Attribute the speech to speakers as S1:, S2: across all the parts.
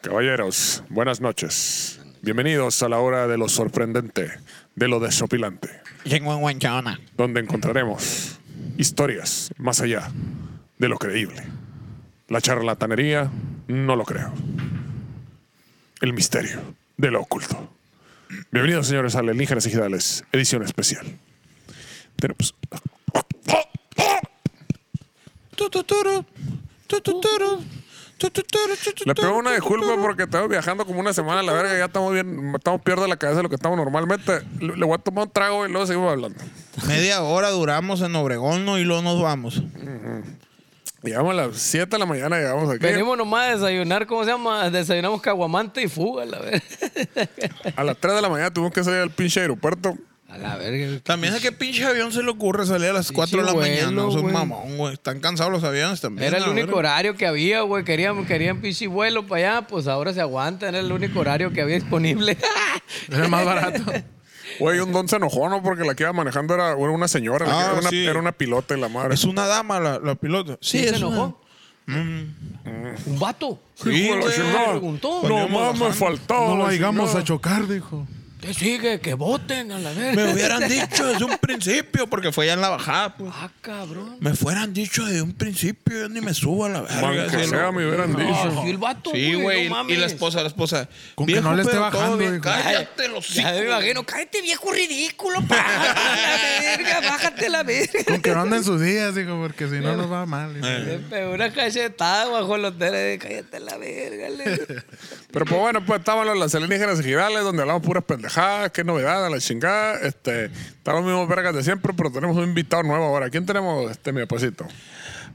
S1: Caballeros, buenas noches. Bienvenidos a la hora de lo sorprendente, de lo desopilante,
S2: Tengo un buen chona.
S1: donde encontraremos historias más allá de lo creíble. La charlatanería, no lo creo. El misterio de lo oculto. Bienvenidos, señores, a Alienígenas Digitales, edición especial. pues, Tenemos-
S2: Tututuru, tututuru, tututuru, tututuru,
S1: Le pego una disculpa porque estamos viajando como una semana a la verga. Ya estamos bien, estamos peor de la cabeza de lo que estamos normalmente. Le, le voy a tomar un trago y luego seguimos hablando.
S2: Media hora duramos en Obregón ¿no? y luego nos vamos.
S1: Llegamos a las 7 de la mañana, llegamos aquí.
S3: Venimos nomás a desayunar, ¿cómo se llama? Desayunamos caguamante y fuga, la verga.
S1: A las 3 de la mañana tuvimos que salir al pinche aeropuerto.
S3: A la verga.
S2: También a qué pinche avión se le ocurre salir a las 4 de la
S3: vuelo,
S2: mañana. Son
S3: güey.
S2: mamón, güey. Están cansados los aviones también.
S3: Era
S2: la
S3: el único
S2: verga.
S3: horario que había, güey. Querían, querían pinche vuelo para allá, pues ahora se aguantan. Era el único horario que había disponible.
S1: Era más barato. Güey, un don se enojó, ¿no? Porque la que iba manejando era, era una señora. la que
S2: Ah,
S1: era, una,
S2: sí.
S1: era una pilota y la madre.
S2: Es una dama la, la piloto. Sí,
S3: ¿Quién
S2: es
S3: se enojó?
S2: una-
S3: Un vato.
S2: Sí,
S1: Hijo de la
S2: güey.
S1: chingada.
S3: preguntó.
S1: No más me
S2: Veníamos
S1: faltaba.
S4: No
S1: la
S4: vayamos a
S1: chingada.
S4: chocar, dijo.
S3: ¿Qué sigue? Que voten a la
S2: Me
S3: verga.
S2: hubieran dicho desde un principio, porque fue ya en la bajada, pues.
S3: Ah, cabrón.
S2: Me fueran dicho desde un principio, yo ni me subo a la verga.
S1: Man, que
S2: sí,
S1: sea,
S2: lo-
S1: me hubieran dicho.
S3: Sí, el vato,
S2: Sí,
S3: güey.
S2: güey.
S3: no
S2: y la
S3: mames.
S2: esposa, la esposa.
S4: Con que no le esté
S2: pero todo
S4: bajando,
S2: bien,
S4: dijo.
S2: Cállate, los
S3: Ya me imagino, cállate viejo ridículo, pa. la verga, bájate la verga.
S4: Con que no anden sus días, dijo, porque si no nos va mal.
S2: Eh.
S4: dijo.
S3: Le pegó una cachetada bajo los teles. Cállate la verga. le-
S1: Pero pues bueno, pues estaban los- las alienígenas girales donde hablamos puras pendejadas, qué novedad, a la chingada. Este, estamos los mismos vergas de siempre, pero tenemos un invitado nuevo ahora. ¿Quién tenemos, este, mi aposito?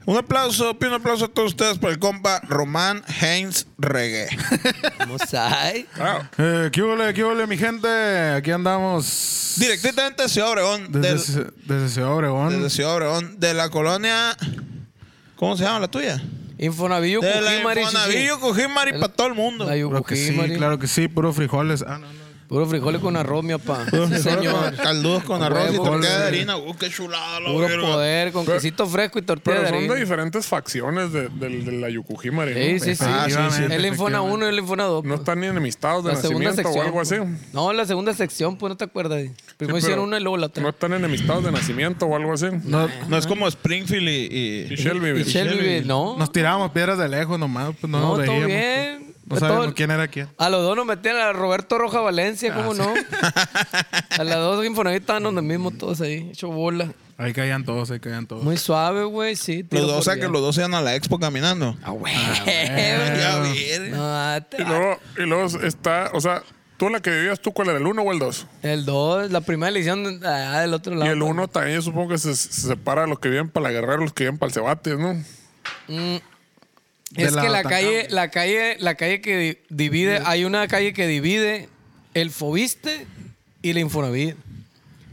S2: Un aplauso, pido un aplauso a todos ustedes por el compa Román Heinz Reggae.
S3: Vamos ahí.
S1: Ah,
S4: Eh, ¿Qué huele, qué huele, mi gente? Aquí andamos.
S2: Directamente de Ciudad Obregón. del-
S4: Desde,
S2: Desde,
S4: Ci- desde Ciudad Obregón.
S2: Ciudad Obregón. De la colonia. ¿Cómo se llama la tuya?
S3: Infonavillo
S2: De la
S3: Cujímari, sí, sí.
S2: Infonavillo Cujimari para todo el mundo.
S3: La
S4: Claro que sí,
S3: Yucujímari.
S4: claro que sí, puro frijoles. Ah, no, no.
S3: Puro frijoles con arroz, mi papá. Sí, señor.
S2: Caldudos con
S3: A
S2: arroz y
S3: huevo,
S2: tortilla de
S3: güey.
S2: harina. Uh, qué chulada, la
S3: Puro
S2: verga.
S3: poder, con
S1: Pero-
S3: quesito fresco y tortilla
S1: Pero
S3: de
S1: son de
S3: harina.
S1: diferentes facciones de, del- de la Yukujimari. ¿no?
S3: Sí, sí, sí.
S4: Ah,
S2: sí, sí.
S3: El Infona 1 y el Infona 2.
S1: No están ni enemistados de
S3: la segunda
S1: nacimiento o
S3: sección.
S1: algo así.
S3: pues. No, la segunda sección, pues no te acuerdas. Primero
S1: Sí,
S3: hicieron
S1: pero
S3: una y luego la otra.
S1: No están enemistados de nacimiento o algo así.
S4: No-
S2: No es como Springfield y.
S1: Y
S2: y-
S1: Shelby.
S3: Y Shelby, no.
S4: nos tirábamos piedras de lejos nomás, pues no,
S3: No,
S4: nos
S3: todo
S4: veíamos.
S3: bien.
S4: No
S3: Todo-
S4: sabíamos quién era quién. Ah,
S3: A los dos nos metían a Roberto Roja Valencia, ¿cómo no? A las dos Infonavit estaban donde mismo todos ahí, hecho bola.
S4: Ahí caían todos, ahí caían todos.
S3: Muy suave, güey, sí.
S2: los
S3: tiro
S2: dos, o
S3: por
S2: sea, que
S3: viaje.
S2: los dos sean a la expo caminando.
S3: Ah, güey.
S2: Ya, verga.
S3: No, ah, te-
S1: Y luego, y luego está, o sea, tú la que vivías tú, ¿cuál era? ¿El 1 o el 2?
S3: El 2, la primera edición ah, del otro
S1: Y
S3: lado.
S1: el 1 también yo supongo que se, se separa de los que viven para la guerrera, los que viven para el Cebates, ¿no?
S4: de
S3: Es
S4: la
S3: que la
S4: Batancán,
S3: calle,
S4: güey.
S3: la calle, la calle que di- divide, hay una calle que divide el Fobiste y la Infonavit.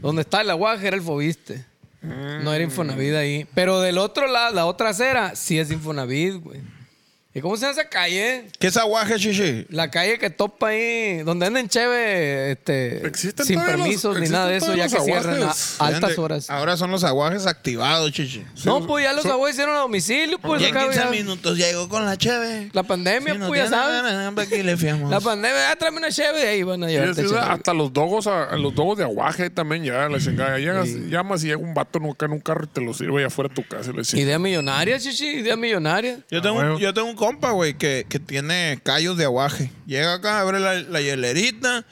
S3: Donde está el aguaje era el Fobiste. No era Infonavit ahí. Pero del otro lado, la otra acera, sí es Infonavit, güey. ¿Y cómo se llama esa calle?
S2: ¿Qué es aguaje, chichi?
S3: La calle que topa ahí, donde anden cheve, este,
S1: Existen
S3: sin
S1: todavía los-
S3: permisos ni
S1: existen
S3: nada de eso,
S1: todavía
S3: ya que
S1: los
S3: cierran a
S1: aguajes.
S3: altas
S2: Ande-
S3: horas.
S2: Ahora son los aguajes activados, chichi.
S3: No, pues ya los
S1: son-
S3: abuelos hicieron a domicilio, pues
S2: ya en
S3: acá
S2: 15
S3: ya-
S2: minutos ya llegó con la cheve.
S3: La pandemia,
S2: Sí, no
S3: pues ya
S2: tiene
S3: sabes.
S2: nada, nada, aquí le fiamos.
S3: La pandemia, ah, tráeme una cheve y ahí van a
S1: Y
S3: llevarte
S1: así, o sea,
S3: cheve.
S1: hasta los dogos, a, a los dogos de aguaje también ya, la chingada. Ya Llegas, llamas y llega un vato nunca en un carro y te lo sirve allá afuera de tu casa. Y le dice,
S3: Idea millonaria, chichi, idea millonaria.
S2: Yo tengo, un,
S4: huevo.
S2: yo tengo un compa, güey, que, que tiene callos de aguaje. Llega acá, abre la, la hielerita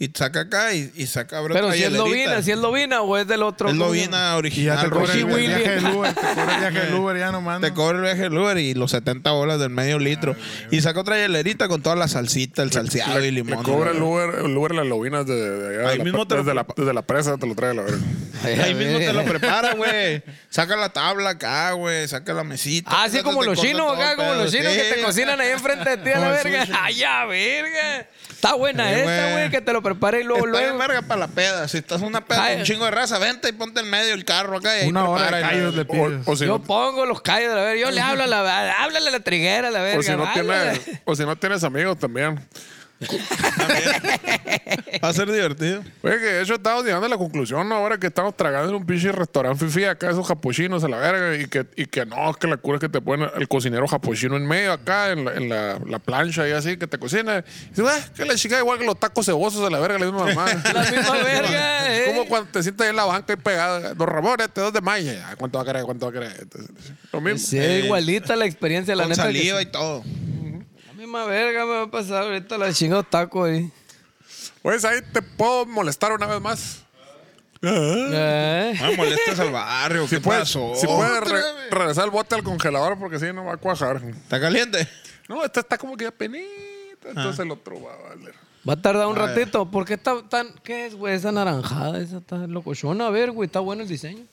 S2: y saca acá y, y saca brota
S3: Pero
S2: y
S3: si es
S2: helerita.
S3: Lovina, si es Lovina o es del otro.
S2: Es
S3: ¿cómo se llama?
S2: Lovina
S4: Y ya te
S2: original.
S4: cobra el
S3: Rocky
S2: original.
S4: viaje
S3: Williams.
S4: del Uber, te cobra el viaje del Uber ya nomás.
S2: Te cobra el viaje del Uber y los 70 bolas del medio litro.
S4: Ah,
S2: y saca otra hielerita con toda la salsita, el salseado y limón.
S1: Le cobra el Uber, el Uber las lobinas de, de allá de
S2: Ahí
S1: la,
S2: mismo te lo-
S1: desde, la, desde la presa, te lo trae a la verga.
S2: Ahí mismo te lo prepara, güey. Saca la tabla acá, güey. Saca la mesita.
S3: Ah, así como
S2: Te
S3: los
S2: corta
S3: chinos
S2: todo
S3: acá,
S2: el
S3: como los
S2: pedo,
S3: chinos que
S2: sí.
S3: te cocinan ahí enfrente de ti a la
S4: Como el
S3: verga.
S4: sushi.
S3: ¡Ay, ya, verga! Está buena
S2: Sí,
S3: esa,
S2: güey.
S3: güey, que te lo prepare y luego,
S2: Está bien
S3: luego.
S2: verga para la peda. Si estás una peda
S3: Ay.
S2: con un chingo de raza, vente y ponte en medio el carro acá. Y ahí
S4: Una hora de
S2: prepara y-
S4: callos le pides.
S1: O, o si
S3: Yo
S1: no,
S3: pongo los callos, a ver, yo le hablo a la, háblale a la triguera, a la verga.
S1: o si no
S3: háblale.
S1: tienes, o si no tienes amigos también.
S2: Va a ser divertido.
S1: Oye, que de hecho estamos llegando a la conclusión ¿no? ahora que estamos tragando en un pinche restaurante fifi acá, esos japochinos a la verga, y que, y que no, que la cura es que te ponen el cocinero japochino en medio acá, en la, en la, la plancha y así, que te cocina. Y dices, "Ah, que la chica igual que los tacos cebosos a la verga, la misma mamá.
S3: La misma verga, eh.
S1: Como cuando te sientas ahí en la banca y "Ah, pegada, los Ramones, te este dos de maña, ya, ¿cuánto va a querer? ¿Cuánto va a querer? Entonces, lo mismo.
S3: Sí, igualita la experiencia, la
S2: Con
S3: neta. que
S2: saliva
S3: sí.
S2: y todo.
S3: La misma verga me va a pasar ahorita la chingados tacos ahí.
S1: Pues ahí te puedo molestar una vez más.
S3: Eh.
S2: No molestas al barrio. ¿Qué
S1: Si puedes,
S2: pasó?
S1: Pues, si puedes
S2: Otra
S1: re-
S2: vez.
S1: regresar el bote al congelador porque si no va a cuajar.
S2: ¿Está caliente?
S1: No, esta está como que ya
S2: Ah.
S1: penita, entonces el otro va a valer.
S3: Va a tardar un ratito. ¿Por qué está tan.? ¿Qué es, güey? Esa naranjada, esa está locochona. A ver, güey, está bueno el diseño.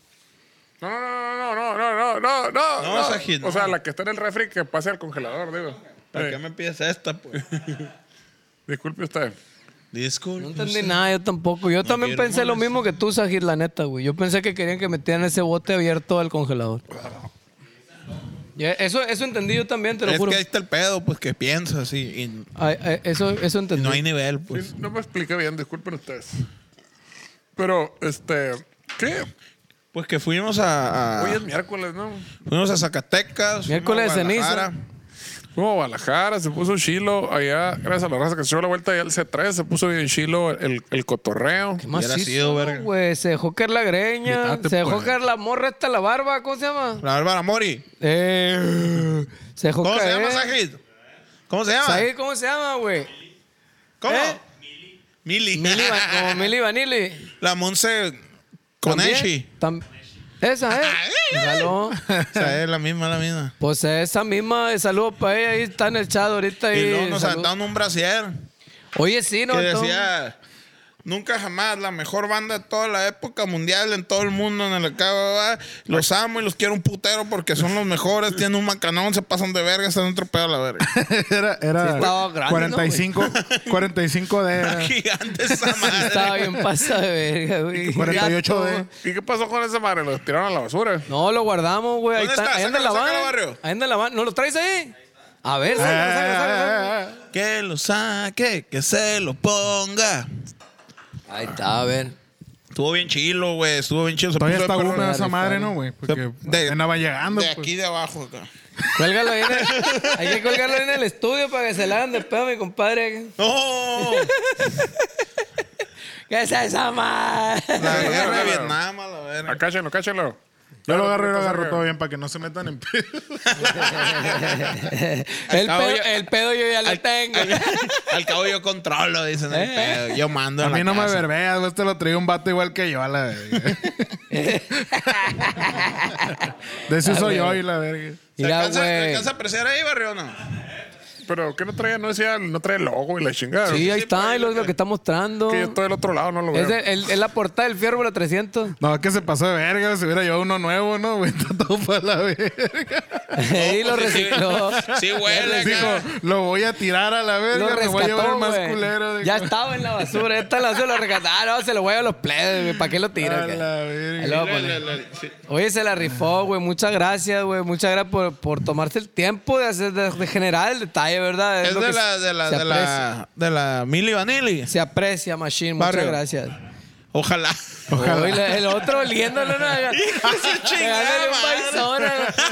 S1: No, no, no, no, no, no, no, no.
S2: No, Saji, no.
S1: O sea, la que está en el refri que pase al congelador, digo.
S2: ¿Para
S1: Eh,
S2: qué me pides esta, pues?
S1: Disculpe usted.
S2: Disculpe.
S3: No entendí nada, yo tampoco. Yo también
S2: quiero
S3: pensé lo mismo que tú, Sajir, la neta, güey. Yo pensé que querían que metieran ese bote abierto al congelador. Ya, Eso, eso entendí yo también, te lo
S2: Es
S3: juro.
S2: que ahí está el pedo, pues, que piensas y, y
S3: Ay, ay, eso, eso entendí.
S2: no hay nivel, pues.
S1: Sí, No me expliqué bien, disculpen ustedes. Pero, este, ¿qué?
S2: Pues que fuimos a, a-
S1: Hoy es miércoles, ¿no?
S2: fuimos a Zacatecas.
S3: Miércoles
S2: fuimos a
S3: de ceniza.
S2: Guadalajara.
S1: Como Guadalajara, se puso chilo allá, gracias a la raza que se dio la vuelta allá al C3, se puso bien chilo el, el cotorreo.
S3: Qué macizo,
S2: sido, verga.
S3: güey. Se dejó caer la greña,
S4: Quítate,
S3: se dejó
S4: pues.
S3: caer la morra hasta la barba, ¿cómo se llama?
S2: La Bárbara Mori.
S3: Eh, se dejó
S2: ¿Cómo se
S3: caer.
S2: llama, Sajid? ¿Cómo se llama?
S3: Sajid, ¿cómo se llama, güey?
S2: ¿Cómo?
S3: ¿Eh?
S2: Mili.
S3: Mili, Van- como Mili Vanilli.
S2: La Monse Conechi.
S3: También, tam- Esa, ¿eh?
S2: Ah,
S3: Jaló.
S2: O sea, es la misma, la misma.
S3: Pues esa misma, eh, saludos para ella, ahí está en el chat ahorita.
S2: Y
S3: ahí,
S2: luego nos
S3: salud.
S2: aventaron un brasier
S3: Oye, sí, ¿no?
S2: que
S3: Entonces,
S2: decía... Nunca jamás, la mejor banda de toda la época mundial en todo el mundo, en el cabo, los amo y los quiero un putero porque son los mejores, tienen un macanón, se pasan de verga, están atropellando a la verga.
S4: era era
S3: Sí, estaba grande,
S4: 45, 45 de
S2: Está
S4: era.
S2: gigante esa madre.
S3: Estaba bien pasada de verga, güey.
S4: 48 de.
S1: ¿Y qué pasó con esa madre? ¿Lo tiraron a la basura?
S3: No, lo guardamos, güey. Ahí
S2: ¿Dónde
S3: está,
S2: está?
S3: ahí anda en la
S2: Sácalo,
S3: van.
S2: sácalo, barrio.
S3: Ahí anda en la van. ¿No lo traes ahí? A ver, sácalo,
S4: eh,
S3: sácalo, sácalo, sácalo.
S2: Que lo saque, que se lo ponga.
S3: Ahí está, a ver.
S2: Estuvo bien chilo, güey. Estuvo bien chilo. Se
S4: Todavía
S2: puso de
S4: está
S2: perro.
S4: húmeda esa
S3: Ricardo.
S4: madre, ¿no, güey? Porque
S2: De-
S4: apenas va llegando.
S2: De
S4: pues.
S2: aquí de abajo acá.
S3: Cuélgalo ahí en el, hay que colgarlo ahí en el estudio para que se la hagan de pedo, mi compadre.
S2: ¡No!
S3: ¿Qué es esa madre?
S2: La guerra de
S1: Claro.
S2: Vietnam, a la verga.
S1: Acáchenlo, cáchenlo.
S4: Yo lo agarro y lo agarro todo bien para que no se metan en pedo.
S3: el,
S2: cabo
S3: pedo,
S2: ya-
S3: el pedo yo ya lo tengo.
S2: Al cabo yo controlo, dicen. el
S3: Eh.
S2: pedo. Yo mando.
S4: A
S2: en la
S4: mí no me
S2: casa.
S4: verbeas, güey. Te lo traía un vato igual que yo a la verga. De eso
S3: Ah,
S4: soy yo
S3: güey.
S4: y la verga.
S2: ¿Se
S3: Mira,
S2: alcanza, ¿Se
S3: güey.
S2: alcanza a apreciar ahí, barrio o no?
S1: Pero ¿qué no traía? No decía, no trae logo y la chingada.
S3: Sí, ahí
S2: sí, pues,
S3: está, y lo, lo que está mostrando.
S1: Que yo estoy del otro lado, no lo veo.
S3: Es, de- el- es la portada del Fierro la 300.
S4: No, que se pasó de verga. Si hubiera yo uno nuevo, ¿no, güey? Está todo para la verga.
S3: y lo
S2: pues, sí,
S3: recicló.
S2: Sí, huele acá.
S4: Dijo, lo voy a tirar a la verga.
S3: Lo
S4: me voy a llevar
S3: rescató,
S4: el más
S3: güey.
S4: culero.
S3: Ya
S4: dijo.
S3: estaba en la basura. Esta la basura lo rescataron. Ah, no, se lo voy a los plebes, güey. ¿Para qué lo tiro?
S4: A
S3: güey?
S4: la
S3: Ahí lo
S4: verga.
S3: voy a poner.
S2: La- la- la- sí.
S3: Oye, se la rifó, güey. Muchas gracias, güey. Muchas gracias por, por tomarse el tiempo de, hacer, de, de generar el detalle, ¿verdad?
S2: Es
S3: lo
S2: de
S3: que
S2: la,
S3: se-
S2: de la,
S3: se
S2: de
S3: aprecia.
S2: la, de la Mili Vanilli.
S3: Se aprecia, Machine. Muchas
S2: Barrio.
S3: gracias.
S2: Ojalá.
S3: Oye, la- el otro oliéndolo, ¿no?
S2: Hijo de su
S3: Pegándole
S2: chingada
S3: un
S2: madre.
S3: paisona.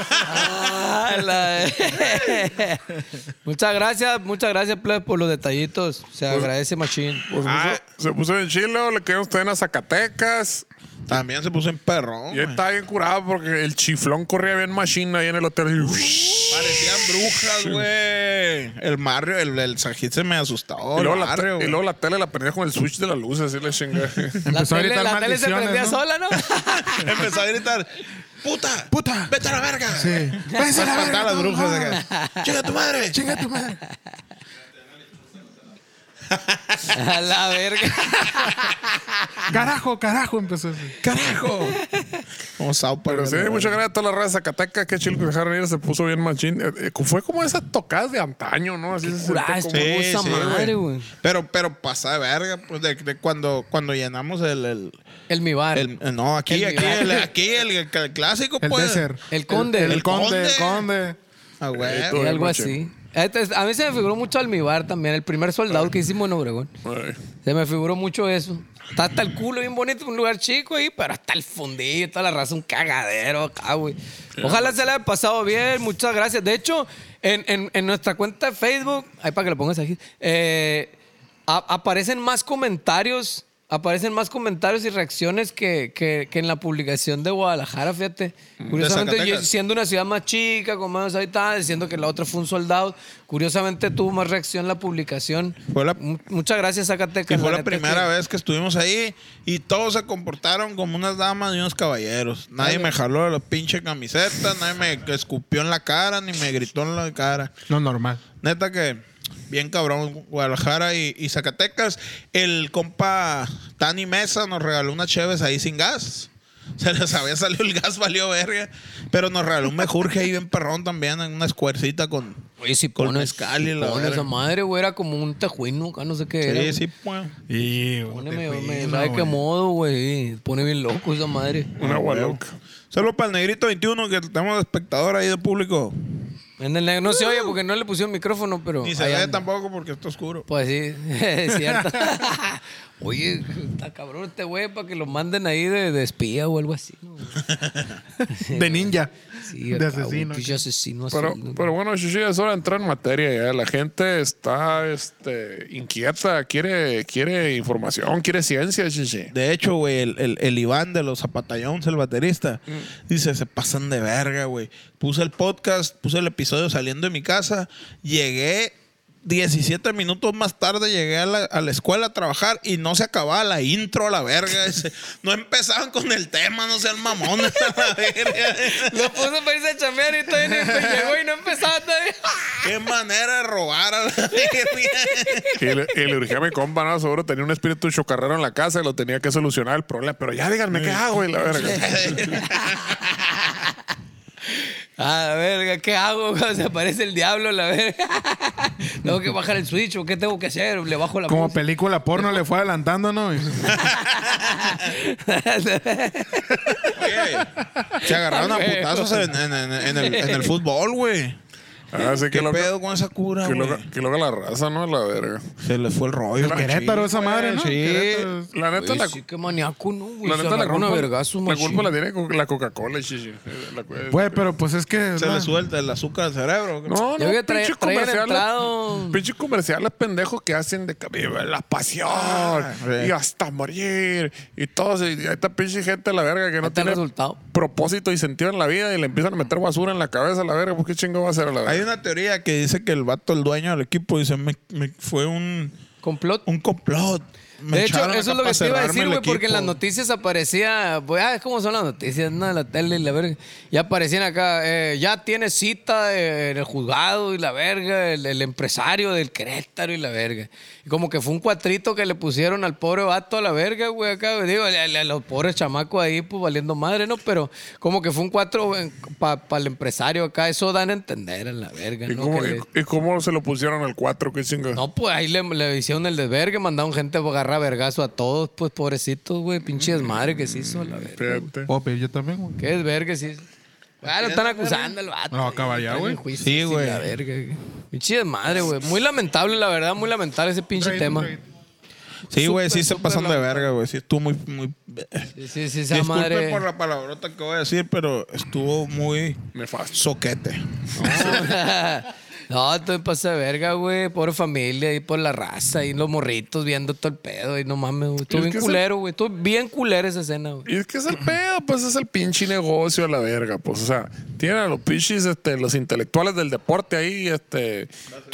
S3: Ah, la- muchas gracias, muchas gracias, plebes, por los detallitos. Se agradece, Machine.
S1: Pues se,
S2: Ah.
S1: puso, se puso en chilo, le quedaron ustedes a Zacatecas.
S2: También se puso en perrón.
S1: Y él
S2: güey.
S1: estaba bien curado porque el chiflón corría bien machina ahí en el hotel. Y,
S2: Parecían brujas, güey. que el Mario, el, el Sajid se me asustó.
S1: y, luego
S2: el
S1: la
S2: Mario,
S1: te- y
S2: güey.
S1: luego la tele la prendía con el switch de la luz, así le chingada.
S3: La
S4: Empezó a
S3: tele,
S4: gritar
S3: la tele se
S4: maldiciones,
S3: prendía
S4: ¿no?
S3: sola, ¿no?
S2: Empezó a gritar: ¡Puta!
S4: Puta.
S2: ¡Vete a la verga!
S4: Sí. Váyanse a la
S2: Para
S4: verga,
S2: las
S4: todo,
S2: brujas
S4: va.
S2: acá. ¡Chinga tu madre!
S4: Chinga tu madre.
S3: A la verga.
S4: Carajo, carajo, empezó. así.
S2: ¡Carajo! Como Sao
S1: Pero
S2: Paulo,
S1: sí,
S2: güey.
S1: muchas gracias a toda la raza de Zacateca. Qué chill que dejaron ir, se puso bien machín. Eh, eh, Fue como esas tocadas de antaño, ¿no? Así se sentía
S3: curada,
S1: como-
S3: sí. esa madre, güey.
S2: Pero, pero pasa de verga, pues de, de cuando, cuando llenamos el, el,
S3: El mi bar.
S2: el- eh, no, aquí,
S3: El
S2: aquí, el, aquí el, el clásico,
S4: El
S2: pues.
S4: desert.
S3: El conde.
S4: El,
S3: El
S4: conde, el
S2: conde.
S4: conde.
S2: Ah, güey.
S1: Eh,
S3: Y
S1: todo.
S3: algo
S1: noche.
S3: así. Este es- a mí se me figuró mucho al mi bar también, el primer soldado que hicimos en Obregón.
S1: Ay.
S3: Se me figuró mucho eso. Está hasta el culo bien bonito, un lugar chico ahí, pero hasta el fundillo, toda la raza, un cagadero acá, güey. Ojalá se la haya pasado bien, muchas gracias. De hecho, en, en- en nuestra cuenta de Facebook, ahí para que lo pongas aquí, eh, a- aparecen más comentarios, aparecen más comentarios y reacciones que, que- que en la publicación de Guadalajara, fíjate. Curiosamente, yo,
S2: Zacatecas.
S3: siendo una ciudad más chica, con menos habitantes, diciendo que la otra fue un soldado, curiosamente tuvo más reacción la publicación.
S2: Fue la-
S3: Mu- Muchas gracias, Zacatecas.
S2: Y
S3: Que
S2: fue
S3: la
S2: la
S3: neta
S2: primera
S3: que-
S2: vez que estuvimos ahí y todos se comportaron como unas damas y unos caballeros. Nadie me jaló la pinche camiseta, nadie me escupió en la cara ni me gritó en la cara.
S4: Lo normal.
S2: Neta que bien cabrón Guadalajara y, y Zacatecas. El compa Tani Mesa nos regaló unas cheves ahí sin gas. Se les había salido el gas, valió verga. Pero nos regaló un mejurje ahí bien perrón también, en una escuercita con...
S3: Oye, si
S2: Con
S3: pones,
S2: mezcal y
S3: si
S2: la
S3: pones
S2: verga.
S3: esa madre, güey, era como un tejuino, acá no sé qué era.
S2: Sí,
S3: güey.
S2: sí, pues.
S4: Y,
S3: Pone
S4: te
S3: medio- me,
S4: cuida,
S3: ¿sabe qué
S4: güey.
S3: modo, güey? Pone bien loco esa madre.
S1: Un agua loca.
S2: ah, Solo para el negrito 21 que tenemos de espectador ahí de público.
S3: En el negro no se oye porque no le pusieron micrófono, pero.
S2: Ni se
S3: ahí
S2: ve
S3: anda.
S2: tampoco porque está oscuro.
S3: Pues sí, es cierto. Oye, está cabrón este güey para que lo manden ahí de, de espía o algo así. ¿no?
S4: De ninja.
S3: Sí,
S4: de
S3: acá, güey,
S4: asesino.
S3: pinche asesino así,
S1: Pero,
S3: ¿no?
S1: pero bueno, Shishi, es hora de entrar en materia ya. La gente está este, inquieta, quiere, quiere información, quiere ciencia, Shishi.
S2: De hecho, güey, el, el- el Iván de los Zapatayones, el baterista, dice, se pasan de verga, güey. Puse el podcast, puse el episodio saliendo de mi casa, llegué 17 minutos más tarde, llegué a la, a la escuela a trabajar y no se acababa la intro a la verga. Dice, no empezaban con el tema, no sean mamones a la verga.
S3: Lo puso para irse a chambear y todavía ni llegó y no ¿eh? empezaba todavía.
S2: Qué manera de robar a la verga.
S1: Y le, y le urgía a mi compa, ¿no? Seguro tenía un espíritu chocarrero en la casa y lo tenía que solucionar el problema. Pero ya díganme qué hago, y la verga.
S3: Ah, la verga, ¿qué hago cuando se aparece el diablo? La verga. Tengo que bajar el switch, ¿o qué tengo que hacer? Le bajo la
S4: Como
S3: música.
S4: película porno le fue adelantando, ¿no?
S2: Oye, se agarraron a
S3: Huevo.
S2: putazos en, en- en- en el, en el fútbol, güey.
S1: Así
S2: ¿Qué
S1: que Ah, loca,
S2: pedo con esa cura,
S1: que,
S2: güey?
S1: loca, que loca la raza, ¿no? La verga.
S2: Se le fue el rollo. machín.
S4: Querétaro, esa madre, ¿no?
S2: Sí.
S4: Querétaro.
S1: La neta,
S3: Oye,
S1: la,
S3: sí, qué maníaco, ¿no? güey?
S1: la
S3: Se
S1: neta, la
S3: agarró una
S1: culpa,
S3: vergazo,
S1: la
S3: machín.
S1: culpa la tiene co- la Coca-Cola, Shishi. La cu-
S4: Güey, pero pues es que.
S2: Se
S4: ¿no?
S2: le suelta el azúcar al cerebro.
S1: No,
S3: Yo
S1: no,
S3: que trae-
S1: pinches
S3: traían
S1: comerciales.
S3: entrado-
S1: Pinches comerciales pendejos que hacen de que vive la pasión
S3: Ah,
S2: sí.
S1: y hasta morir y todo. Y y esta pinche gente, la verga, que no
S3: Está el
S1: tiene
S3: resultado.
S1: propósito y sentido en la vida y le empiezan a meter basura en la cabeza a la verga. ¿Por qué chingo va a hacer a la verga?
S2: Hay una teoría que dice que el vato, el dueño del equipo, dice, me, me- fue un,
S3: Complot.
S2: un complot. Me
S3: de hecho,
S2: echaron
S3: eso es
S2: acá
S3: lo que
S2: para
S3: te iba a
S2: cerrarme
S3: decir,
S2: el
S3: güey, porque en las
S2: equipo.
S3: noticias aparecía, pues, ah, es como son las noticias, ¿no? La tele y la verga. Ya aparecían acá, eh, ya tiene cita eh, en el juzgado y la verga, el, el empresario del Querétaro y la verga. Y como que fue un cuatrito que le pusieron al pobre vato a la verga, güey, acá, güey. digo, a, a los pobres chamacos ahí, pues, valiendo madre, ¿no? Pero como que fue un cuatro para el empresario acá, eso dan a entender a la verga,
S1: ¿Y
S3: ¿no?
S1: cómo,
S3: Que le-
S1: y- y cómo se lo pusieron al 4? ¿Qué chingo?
S3: no, pues ahí le, le hicieron el desvergue, mandaron gente a agarrar vergazo a todos, pues pobrecitos, güey, pinche desmadre que se hizo, la verga.
S1: Fíjate.
S4: Puedo pedir yo también, güey.
S3: Qué desvergue se hizo. Ah, lo están acusando el vato.
S4: Lo va a acabar ya,
S3: Están en
S4: güey.
S3: juicio,
S2: Sí,
S3: sí,
S2: güey.
S3: la verga. Pinche desmadre, güey. Muy lamentable, la verdad, muy lamentable ese pinche tema.
S2: Sí, güey, sí
S3: Súper,
S2: se
S3: súper
S2: pasan de
S3: lamentable.
S2: verga, güey. Sí, estuvo muy... muy...
S3: Sí, sí, sí, esa
S2: Disculpe
S3: madre.
S2: por la palabrota que voy a decir, pero estuvo muy
S1: Nefasto.
S2: soquete.
S3: No, estoy pasé de verga, güey. Pobre familia y por la raza y los morritos viendo todo el pedo. Y no mames, güey. Estuvo
S1: Es
S3: bien
S1: que es
S3: culero, güey. Estuvo bien culera esa escena, güey.
S1: Y es que es el pedo, pues es el pinche negocio a la verga, pues. O sea, tienen a los pinches, este, los intelectuales del deporte ahí, este,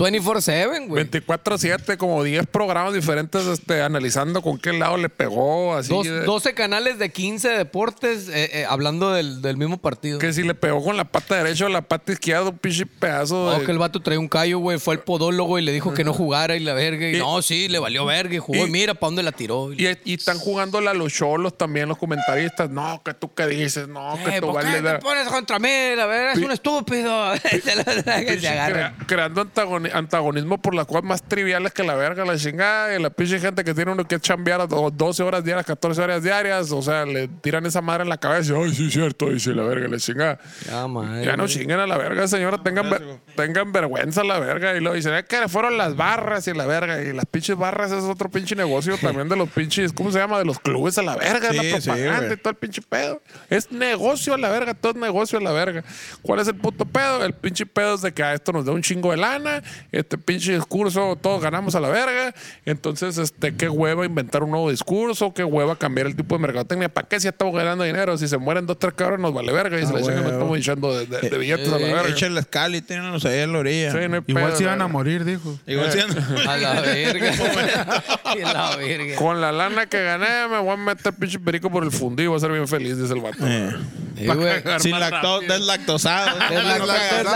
S3: 24-7, güey.
S1: 24-7, como 10 programas diferentes, este, analizando con qué lado le pegó, así.
S3: Dos-
S1: de-
S3: 12 canales de 15 deportes eh, eh, hablando del, del mismo partido.
S1: Que si le pegó con la pata derecha o la pata izquierda, un pinche pedazo. de-
S3: No, Oh, que el vato traía un callo, güey. Fue al podólogo y le dijo que no jugara y la verga. Y,
S1: Y-
S3: no, sí, le valió verga y jugó. Y,
S1: y-
S3: mira, ¿para dónde la tiró? Eh,
S1: Y, y están jugando a los cholos también, los comentaristas. No, que tú qué dices, no,
S3: Eh,
S1: que tú
S3: ¿Por
S1: vale
S3: qué te
S1: ver-
S3: pones contra mí? La verga, es
S1: Pi-
S3: un estúpido. Se lo- que
S1: Pinche
S3: se agarra.
S1: crea- creando antagoni- antagonismo por las cosas más triviales que la verga, la chingada, y la pinche gente que tiene uno que chambear a do- 12 horas diarias, 14 horas diarias, o sea, le tiran esa madre en la cabeza, ay, sí, cierto, dice la verga, la chingada.
S3: Ah, madre,
S1: Ya no
S3: güey.
S1: chinguen a la verga, señora, tengan, ver- tengan vergüenza a la verga, y lo dicen, es que fueron las barras y la verga, y las pinches barras es otro pinche negocio también de los pinches, ¿cómo se llama? De los clubes a la verga, es
S2: Sí,
S1: la
S2: sí,
S1: propaganda
S2: güey.
S1: y todo el pinche pedo. Es negocio a la verga, todo es negocio a la verga. ¿Cuál es el puto pedo? El pinche pedo es de que a esto nos da un chingo de lana, este pinche discurso, todos ganamos a la verga. Entonces, este, qué hueva inventar un nuevo discurso, qué hueva cambiar el tipo de mercadotecnia. ¿Para qué si estamos ganando dinero? Si se mueren dos, tres cabros, nos vale verga. Y se la chingan, nos
S2: Ah, huevo.
S1: estamos hinchando de, de- de billetes a la
S2: Eh,
S1: verga.
S2: Echen la escala y tírenlos ahí a la orilla.
S1: Sí, no hay Eh.
S4: Igual
S1: pedo,
S4: se
S1: la
S4: iban a
S1: verga.
S4: morir, dijo.
S2: Igual siendo-
S3: A la verga. Y a la verga.
S1: Con la lana que gané, me voy a meter pinche perico por el fundido y voy a ser bien feliz, dice el vato.
S2: Eh,
S3: Sí, güey.
S2: Sin lacto deslactosado.
S3: Deslacto-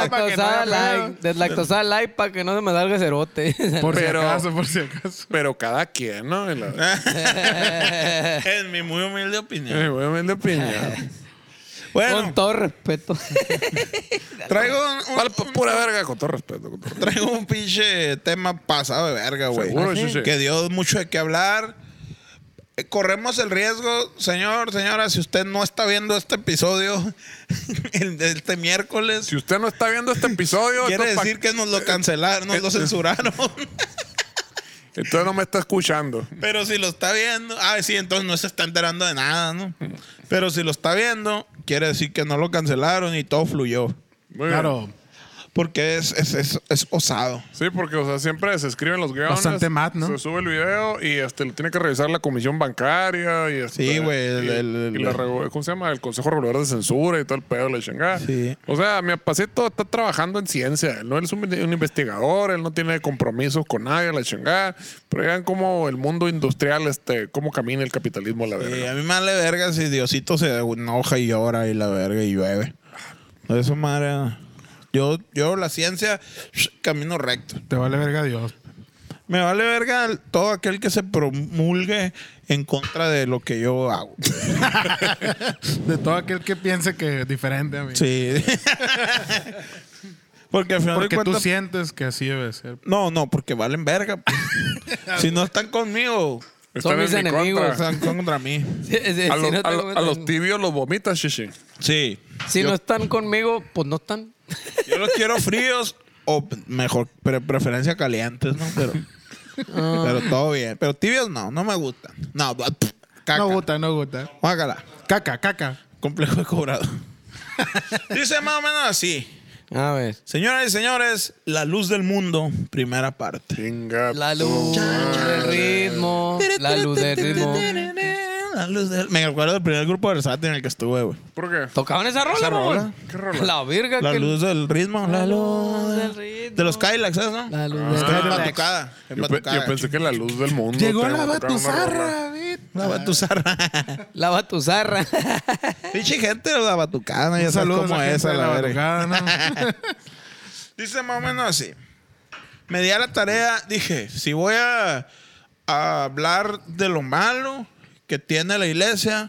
S3: Deslactosada light. Deslactosada light para que no se me salga cerote.
S4: Por
S1: Pero-
S4: si acaso, por si acaso.
S1: Pero cada quien, ¿no? Y la-
S2: En mi muy humilde opinión.
S1: Eh, güey, me da piña.
S2: Bueno,
S3: Con todo respeto.
S2: traigo un, un-
S1: Vale, pa- pura verga, con todo respeto. Con todo respeto.
S2: traigo un pinche tema pasado de verga, güey.
S1: Seguro, sí, sí.
S2: Que dio mucho de qué hablar. Eh, Corremos el riesgo, señor, señora, si usted no está viendo este episodio el de este miércoles,
S1: Si usted no está viendo este episodio,
S2: quiere
S1: entonces, pa-
S2: decir que nos lo cancelaron, nos lo censuraron.
S1: entonces no me está escuchando.
S2: Pero si lo está viendo, ah, sí, entonces no se está enterando de nada, ¿no? Pero si lo está viendo, quiere decir que no lo cancelaron y todo fluyó.
S1: Muy bien.
S4: Claro,
S2: Porque es, es, es, es osado.
S1: Sí, porque o sea, siempre se escriben los guiones.
S4: Bastante mat, ¿no?
S1: Se sube el video y este, lo tiene que revisar la comisión bancaria. Y, este,
S2: Sí, güey, el-
S1: y-
S2: el- el-
S1: y la regu- ¿Cómo se llama? El Consejo Regulador de Censura y todo el pedo, la chingada.
S2: Sí.
S1: O sea, mi apacito está trabajando en ciencia. Él no él es un, un investigador, él no tiene compromisos con nadie, la chingada. Pero vean cómo el mundo industrial, este, cómo camina el capitalismo, la
S2: Sí,
S1: verga.
S2: Eh, a mí me vale verga si Diosito se enoja y llora y la verga y llueve. Eso, madre. Yo, yo la ciencia, camino recto.
S4: te vale verga Dios.
S2: Me vale verga todo aquel que se promulgue en contra de lo que yo hago.
S4: De todo aquel que piense que es diferente a mí.
S2: Sí. Porque al final
S4: Porque
S2: de
S4: tú
S2: cuentas.
S4: sientes que así debe ser.
S2: No, no, porque valen verga. pues. si no están conmigo,
S1: Están
S3: Son mis
S1: en mi
S3: enemigos.
S1: contra.
S2: están contra mí.
S3: Sí, sí,
S1: A,
S3: si
S1: los,
S3: no
S1: a
S3: te-
S1: lo- a los tibios los vomitas, shishi.
S2: Sí.
S3: Si no están conmigo, pues no están.
S2: Yo los quiero fríos o mejor, pre- preferencia calientes, ¿no? Pero,
S3: Ah.
S2: pero todo bien. Pero tibios no, no me gustan. No, bla, pff, caca.
S4: No gusta, no gusta.
S2: Guácala.
S4: Caca, caca.
S2: Complejo de cobrado. Dice más o menos así.
S3: A ver.
S2: Señoras y señores, la luz del mundo, primera parte.
S1: Chinga.
S3: La
S1: tu
S3: luz
S1: madre.
S3: del ritmo. La luz del ritmo.
S2: La luz del- Me acuerdo del primer grupo versátil en el que estuve, güey.
S1: ¿Por qué?
S3: ¿Tocaban esa rola,
S2: ¿Esa
S3: mamón?
S2: rola?
S1: ¿Qué rola?
S3: La virga.
S2: La
S3: que-
S2: luz del ritmo. La luz
S3: del
S2: del
S3: ritmo.
S2: ritmo. De los Cadillacs, ¿sabes, no?
S3: La luz
S2: Está en
S3: del ritmo.
S2: batucada. en
S1: Yo, pe-
S2: batucada.
S1: yo pensé que la luz del mundo.
S4: Llegó
S1: te
S4: la
S1: iba a tocar una rola.
S4: batuzarra, David.
S2: La batuzarra.
S3: La batuzarra.
S2: Pinche gente de la batucana, ya sabes
S4: Saludos
S2: cómo
S4: a
S2: es
S4: esa,
S2: a
S4: la
S2: la verga.
S4: batucada, ¿no?
S2: Dice más o menos así. Me di a la tarea, dije, si voy a, a hablar de lo malo que tiene la iglesia,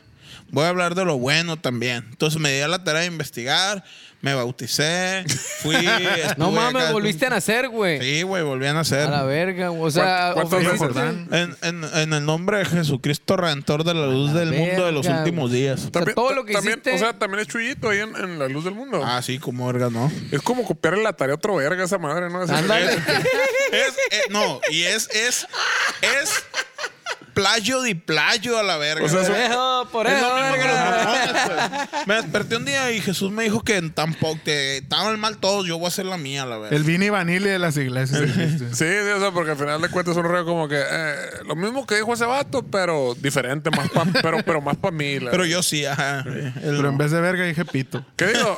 S2: voy a hablar de lo bueno también. Entonces me di a la tarea de investigar, me bauticé, fui...
S3: No
S2: estuve
S3: mames,
S2: acá-
S3: volviste a nacer, güey.
S2: Sí, güey, volví a nacer.
S3: A la verga. O sea,
S1: ¿Cuántas veces?
S3: ofreciste-
S4: Jordán?
S2: En, en- en el nombre de Jesucristo Redentor de la luz del mundo de los
S3: verga,
S2: últimos días.
S3: sea, todo lo que
S1: también,
S3: hiciste-
S1: O sea, también es chullito ahí en, en la luz del mundo.
S2: Ah, sí, como verga, ¿no?
S1: Es como copiarle la tarea a otro verga a esa madre, ¿no? Es-
S3: Ándale.
S1: es-
S2: Es, eh, no, y es, es, es playo de playo a la verga.
S1: O sea,
S2: güey.
S1: eso-
S3: Por eso, por
S2: Es
S3: eso.
S2: lo mismo que los
S3: verga.
S2: mormones, pues. Me desperté un día y Jesús me dijo que tampoco, que estaban mal todos, yo voy a hacer la mía, la verga.
S4: El vini vanille de las iglesias. ¿viste?
S1: Sí, sí, o sea, porque al final de cuentas es un rollo como que eh, lo mismo que dijo ese vato, pero diferente, más pa- pero, pero más para mí. la-
S2: Pero yo sí, ajá. El-
S4: Pero en vez de verga dije pito.
S1: ¿Qué digo?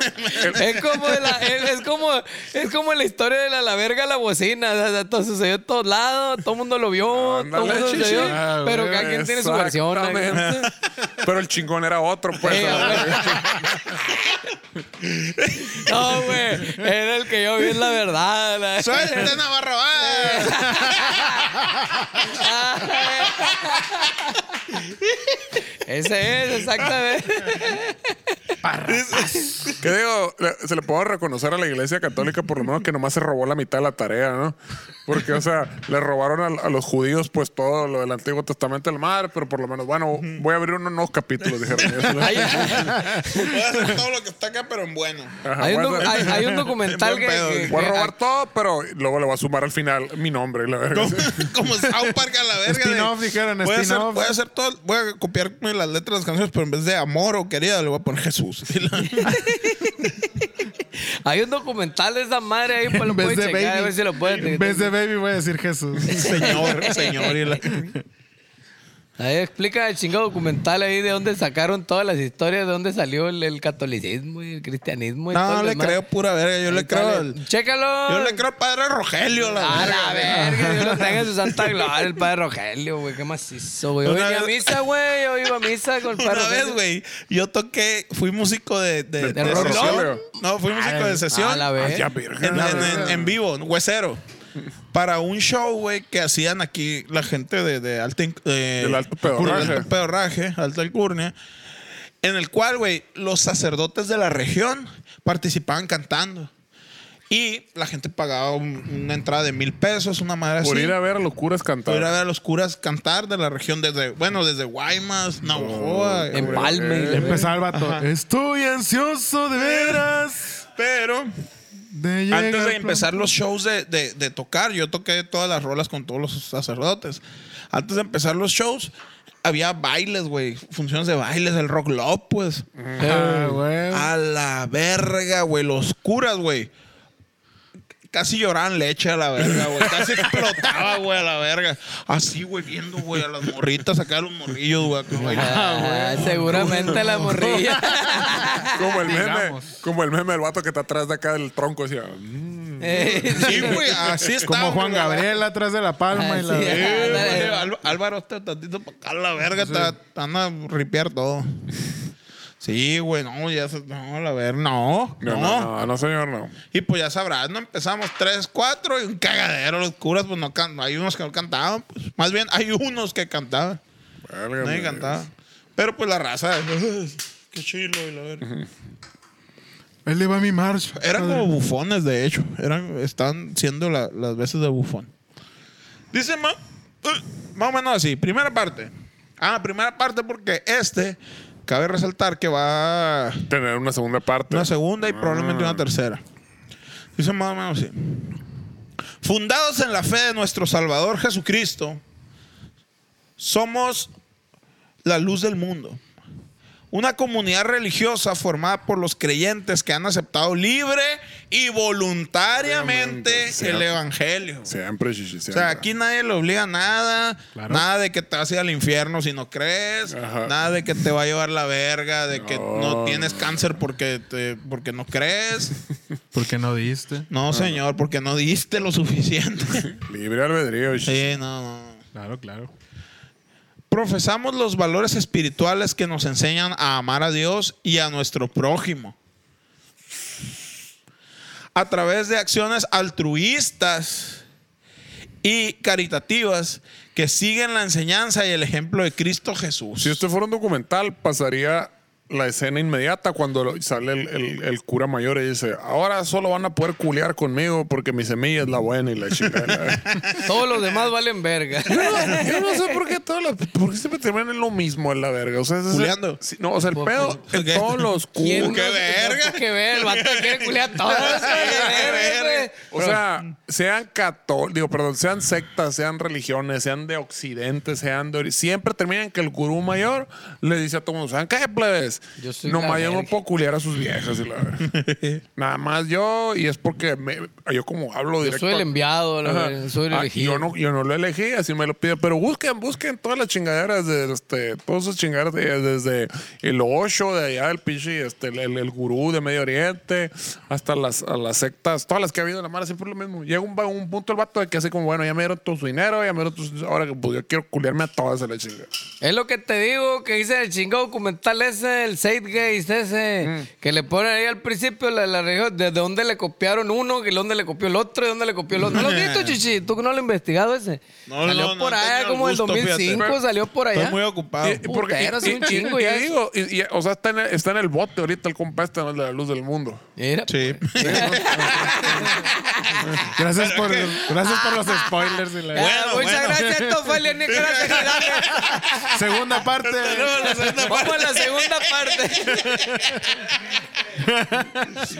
S1: El-
S3: Es como, de la, es, es como, es como la historia de la, la verga la bocina. O sea, todo sucedió en todos lados, todo el mundo lo vio, todo el
S1: Ándale,
S3: mundo
S1: chichi.
S3: sucedió.
S4: Ah,
S3: pero
S4: güey,
S3: cada quien tiene su versión. ¿eh?
S1: Exactamente. Pero el chingón era otro, pues.
S3: Sí, güey. No, güey. Era el que yo vi, es la verdad. la-
S2: ¡Suelta, Navarro! ¡Ah!
S3: Ese es, exactamente.
S1: ¿Qué digo? Le- Se le puede reconocer a la iglesia católica por lo menos que nomás se robó la mitad de la tarea, ¿no? Porque, o sea, le robaron a, a los judíos pues todo lo del Antiguo Testamento del mar, pero por lo menos, bueno, voy a abrir unos nuevos capítulos, dijeron ellos.
S3: Hay,
S2: Voy a hacer todo lo que está acá, pero en bueno.
S1: Ajá,
S3: hay un,
S1: voy a
S3: doc-
S1: hacer-
S3: hay- hay un documental
S2: Buen
S3: que,
S2: pedo,
S3: que-
S2: güey.
S1: Voy a
S3: que-
S1: robar todo, pero luego le voy a sumar al final mi nombre. y La verga.
S2: Como, como South Park a la verga.
S4: Spin-off, dijeron,
S2: voy a hacer,
S4: spin-off.
S2: voy a hacer todo, voy a copiarme las letras de las canciones, pero en vez de amor o querida, le voy a poner Jesús. Y la-
S3: hay un documental de esa madre ahí pues lo
S4: En vez
S3: pueden
S4: de
S3: checar, a ver
S4: baby.
S3: si lo pueden.
S4: En vez de baby voy a decir Jesús.
S2: señor, señor. y la-
S3: Ahí explica el chingo documental ahí de dónde sacaron todas las historias, de dónde salió el, el catolicismo y el cristianismo. Y
S2: No,
S3: todo
S2: no
S3: el
S2: le
S3: Pues, demás.
S2: creo pura verga. Yo
S3: Ahí
S2: le
S3: está,
S2: creo.
S3: le-
S2: al-
S3: Chécalo.
S2: Yo le creo al padre Rogelio, la
S3: A
S2: verga.
S3: la verga, Dios lo tenga en su santa gloria, el padre Rogelio, güey, qué macizo, güey. Yo
S2: Una
S3: venía a
S2: vez-
S3: misa, güey, yo iba a misa con el padre
S2: Una vez,
S3: Rogelio.
S2: güey, yo toqué, fui músico de, de,
S3: ¿De
S2: de
S3: rock,
S2: sesión.
S1: no?
S2: No, fui músico de sesión.
S3: Ah, A la vez.
S1: Ya,
S2: en,
S1: verga.
S2: en- en- en vivo, en huesero. Para un show, güey, que hacían aquí la gente de, de alta in- eh,
S1: Del alto pedorraje.
S2: del alto pedorraje, alta alcurnia. En el cual, güey, los sacerdotes de la región participaban cantando. Y la gente pagaba un- una entrada de mil pesos, una madre
S1: Por
S2: así.
S1: ir a ver a locuras
S2: ¿Ah, Por ir a
S1: cantar.
S2: ver a los curas cantar de la región desde, bueno, desde Guaymas, Navajoa.
S3: En Palme.
S4: Y empezaba el vato. Estoy ansioso de veras.
S2: Pero
S4: de
S2: antes
S4: llegar
S2: de empezar los shows de, de- de tocar, yo toqué todas las rolas con todos los sacerdotes. Antes de empezar los shows, había bailes, güey. Funciones de bailes, el rock love, pues.
S4: pronto. Ah, güey.
S2: A la verga, güey. Los curas, güey. Casi lloraban leche a la verga, güey. Casi explotaba, güey, a la verga. Así, güey, viendo, güey, a las morritas, acá a los morrillos, güey. acá bailando.
S3: Ah, seguramente la morrilla.
S1: Como el meme,
S4: Digamos.
S1: como el meme del vato que está atrás de acá del tronco. Decía, "Mm".
S3: Eh,
S2: Sí, güey, Ah, así está.
S4: Como Juan Gabriel atrás de la palma
S3: Ah,
S4: y la
S3: sí.
S4: verga.
S2: Eh,
S3: Ándale.
S2: güey, Al- Álvaro está tantito para acá, la verga, está te van a ripear todo. Sí, güey, no, ya se- no, la verga, no,
S1: No,
S2: no,
S1: no, no, no, señor, no.
S2: Y pues ya sabrás, no empezamos tres, cuatro y un cagadero, los curas, pues no can- hay unos que no cantaban, pues. Más bien hay unos que cantaban,
S1: Verga,
S2: nadie
S1: me-
S2: cantaba. Pero pues la raza, qué chilo, y la verga.
S4: Él le va a mi marcha.
S2: Eran como bufones, de hecho. Eran, están siendo la- las veces de bufón. Dice ma- eh, más o menos así. Primera parte. Ah, primera parte porque este, cabe resaltar que va
S1: Tener una segunda parte. Ah.
S2: una segunda y probablemente una tercera. Dice más o menos así. Fundados en la fe de nuestro Salvador Jesucristo, somos la luz del mundo. Una comunidad religiosa formada por los creyentes que han aceptado libre y voluntariamente
S1: Obviamente,
S2: el
S1: sí.
S2: Evangelio.
S1: Siempre, chichi,
S2: O
S1: siempre.
S2: sea, aquí nadie le obliga a nada, nada de que te vas a ir al infierno si no crees,
S1: Ajá.
S2: nada de que te va a llevar la verga, de que
S1: No.
S2: no tienes cáncer porque, te- porque no crees.
S4: ¿Por qué no diste?
S2: No, señor, porque no diste lo suficiente.
S1: Libre albedrío. chichi.
S2: sí, no, no.
S4: Claro, claro.
S2: Profesamos los valores espirituales que nos enseñan a amar a Dios y a nuestro prójimo. A través de acciones altruistas y caritativas que siguen la enseñanza y el ejemplo de Cristo Jesús.
S1: Si este fuera un documental, pasaría la escena inmediata cuando lo- sale el, el- el cura mayor y dice, ahora solo van a poder culear conmigo porque mi semilla es la buena y la chingada.
S3: todos los demás valen verga.
S2: Uh,
S1: Yo no sé por qué todos pedo? la- ¿Por qué siempre terminan en lo mismo en la verga? O sea, ese es el-
S2: Culeando.
S1: sí, no, o sea, el pedo en
S2: ¿Qué?
S1: todos los
S3: ¿Quién
S1: culos.
S2: ¡Qué
S3: no-
S2: verga!
S3: ¡Qué verga! El vato quiere culiar a todas. ¡Qué verga!
S1: O sea, sean católicos, digo, perdón, sean sectas, sean religiones, sean de occidente, sean de ori- siempre terminan que el gurú mayor le dice a todo mundo, ¿saben qué, plebes?
S3: Yo soy
S1: No,
S3: la
S1: yo no
S3: verga".
S1: puedo culiar a sus viejas y la verga. Nada más yo, y es porque me- yo como hablo
S3: Yo
S1: directo.
S3: soy el enviado, la
S1: Ajá.
S3: verga, soy el
S1: Ah,
S3: elegido.
S1: yo, no, yo no lo elegí, así me lo pide. Pero busquen, busquen todas las chingaderas de este, todas esas chingaderas de- desde el Osho de allá del pinche, este, el, el- el gurú de Medio Oriente, hasta las, a las sectas, todas las que ha habido en la mara, siempre lo mismo. Llega un, va- un punto el vato de que hace como, bueno, ya me dieron todo su dinero, ya me dieron tus- Ahora que pues, yo quiero culiarme a todas a la chingada.
S3: Es lo que te digo que hice el chingado documental ese, el Safe Gates ese,
S2: Mm.
S3: que le ponen ahí al principio la, la región, desde dónde le copiaron uno, que dónde le copió el otro, y dónde le copió el otro. ¿No lo has visto, Chichi? ¿Tú que no lo has investigado ese?
S2: No,
S3: salió
S2: no, no
S3: por
S2: he
S3: allá
S2: tenido el
S3: como en el
S2: gusto, fíjate.
S3: 2005,
S2: Pero-
S3: salió por allá.
S2: Estoy muy ocupado.
S1: Y- porque-
S3: Putero, sí, un chingo
S1: y-
S3: ya
S1: y
S3: es.
S1: digo, y- y- o sea, está en, el, está en el bote ahorita el compa este, ¿no? la luz del mundo.
S3: Mira,
S2: Sí.
S4: Gracias por, gracias por los spoilers. y la-
S3: Ah,
S2: Bueno,
S3: muchas
S2: bueno.
S3: gracias, esto fue el
S4: Segunda parte.
S3: Vamos a la segunda parte.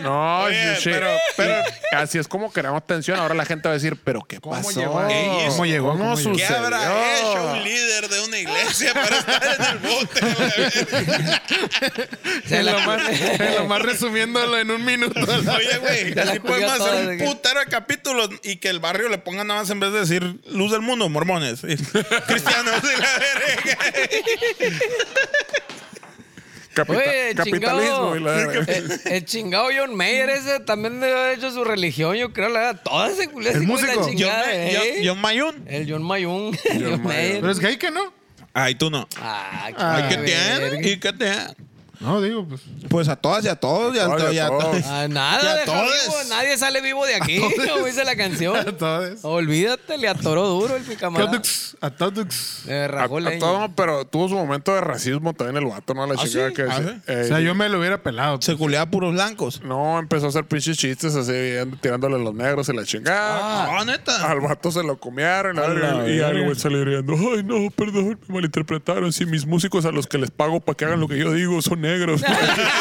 S1: No,
S2: Oye,
S1: sí, sí.
S2: Eh, pero-
S1: así es como creamos tensión. Ahora la gente va a decir, ¿pero qué pasó?
S4: llegó?
S1: Ey,
S4: ¿Cómo llegó?
S1: ¿Cómo
S4: ¿Cómo llegó?
S2: ¿Qué
S1: sucedió?
S2: habrá hecho un líder de una iglesia para estar en el bote? la verga?
S3: Se la mandé.
S4: En lo más resumiéndolo en un minuto.
S2: Oye, güey,
S3: Ya la
S2: así podemos
S3: culió
S2: hacer
S3: toda,
S2: un
S3: de que-
S2: putero de capítulos y que el barrio le ponga nada más en vez de decir luz del mundo, mormones, y- cristianos y la verga.
S1: Capita-
S3: Oye,
S1: capitalismo.
S3: chingado.
S1: y la verga.
S3: El, el chingado John Mayer ese también debe haber hecho su religión, yo creo, la verdad. Toda ese culé
S4: El
S3: así con la
S4: músico.
S2: John,
S3: chingada,
S2: Ma-
S3: ¿eh?
S2: John- John Mayun.
S3: El John Mayun. John, Mayer.
S4: Pero es gay que no.
S2: Ay, tú no.
S3: Ah,
S4: Ay,
S2: ¿Y qué
S4: Ah,
S2: tiene? ¿Y qué tiene?
S4: No, digo, pues.
S2: Pues a todas y a todos. Y a
S1: todas
S2: to-
S1: y
S2: y
S1: a
S2: a to-
S1: todos.
S3: Ah,
S2: Ya
S3: nada, deja
S2: todes.
S3: vivo, nadie sale vivo de aquí, como dice la canción.
S4: todos.
S3: Olvídate, le atoró duro el picamarada.
S4: Todux, a Todux.
S3: Le
S1: A,
S3: rajó
S1: a
S3: leña.
S1: todo, pero tuvo su momento de racismo también el vato, ¿no? La chingada
S3: sí?
S1: que...
S2: ¿Ah,
S1: sí.
S2: sí?
S1: Eh,
S4: O sea, yo me lo hubiera pelado.
S2: Se culea a puros blancos.
S1: No, empezó a hacer pinches chistes así, bien, tirándole a los negros y la chingada.
S2: Ah, neta.
S1: Al vato se lo comieron la
S2: A
S1: verga,
S2: la
S1: y
S2: verga.
S1: algo salió riendo. Ay, no, perdón, me malinterpretaron. Si mis músicos a los que les pago para que hagan lo que yo digo son negros.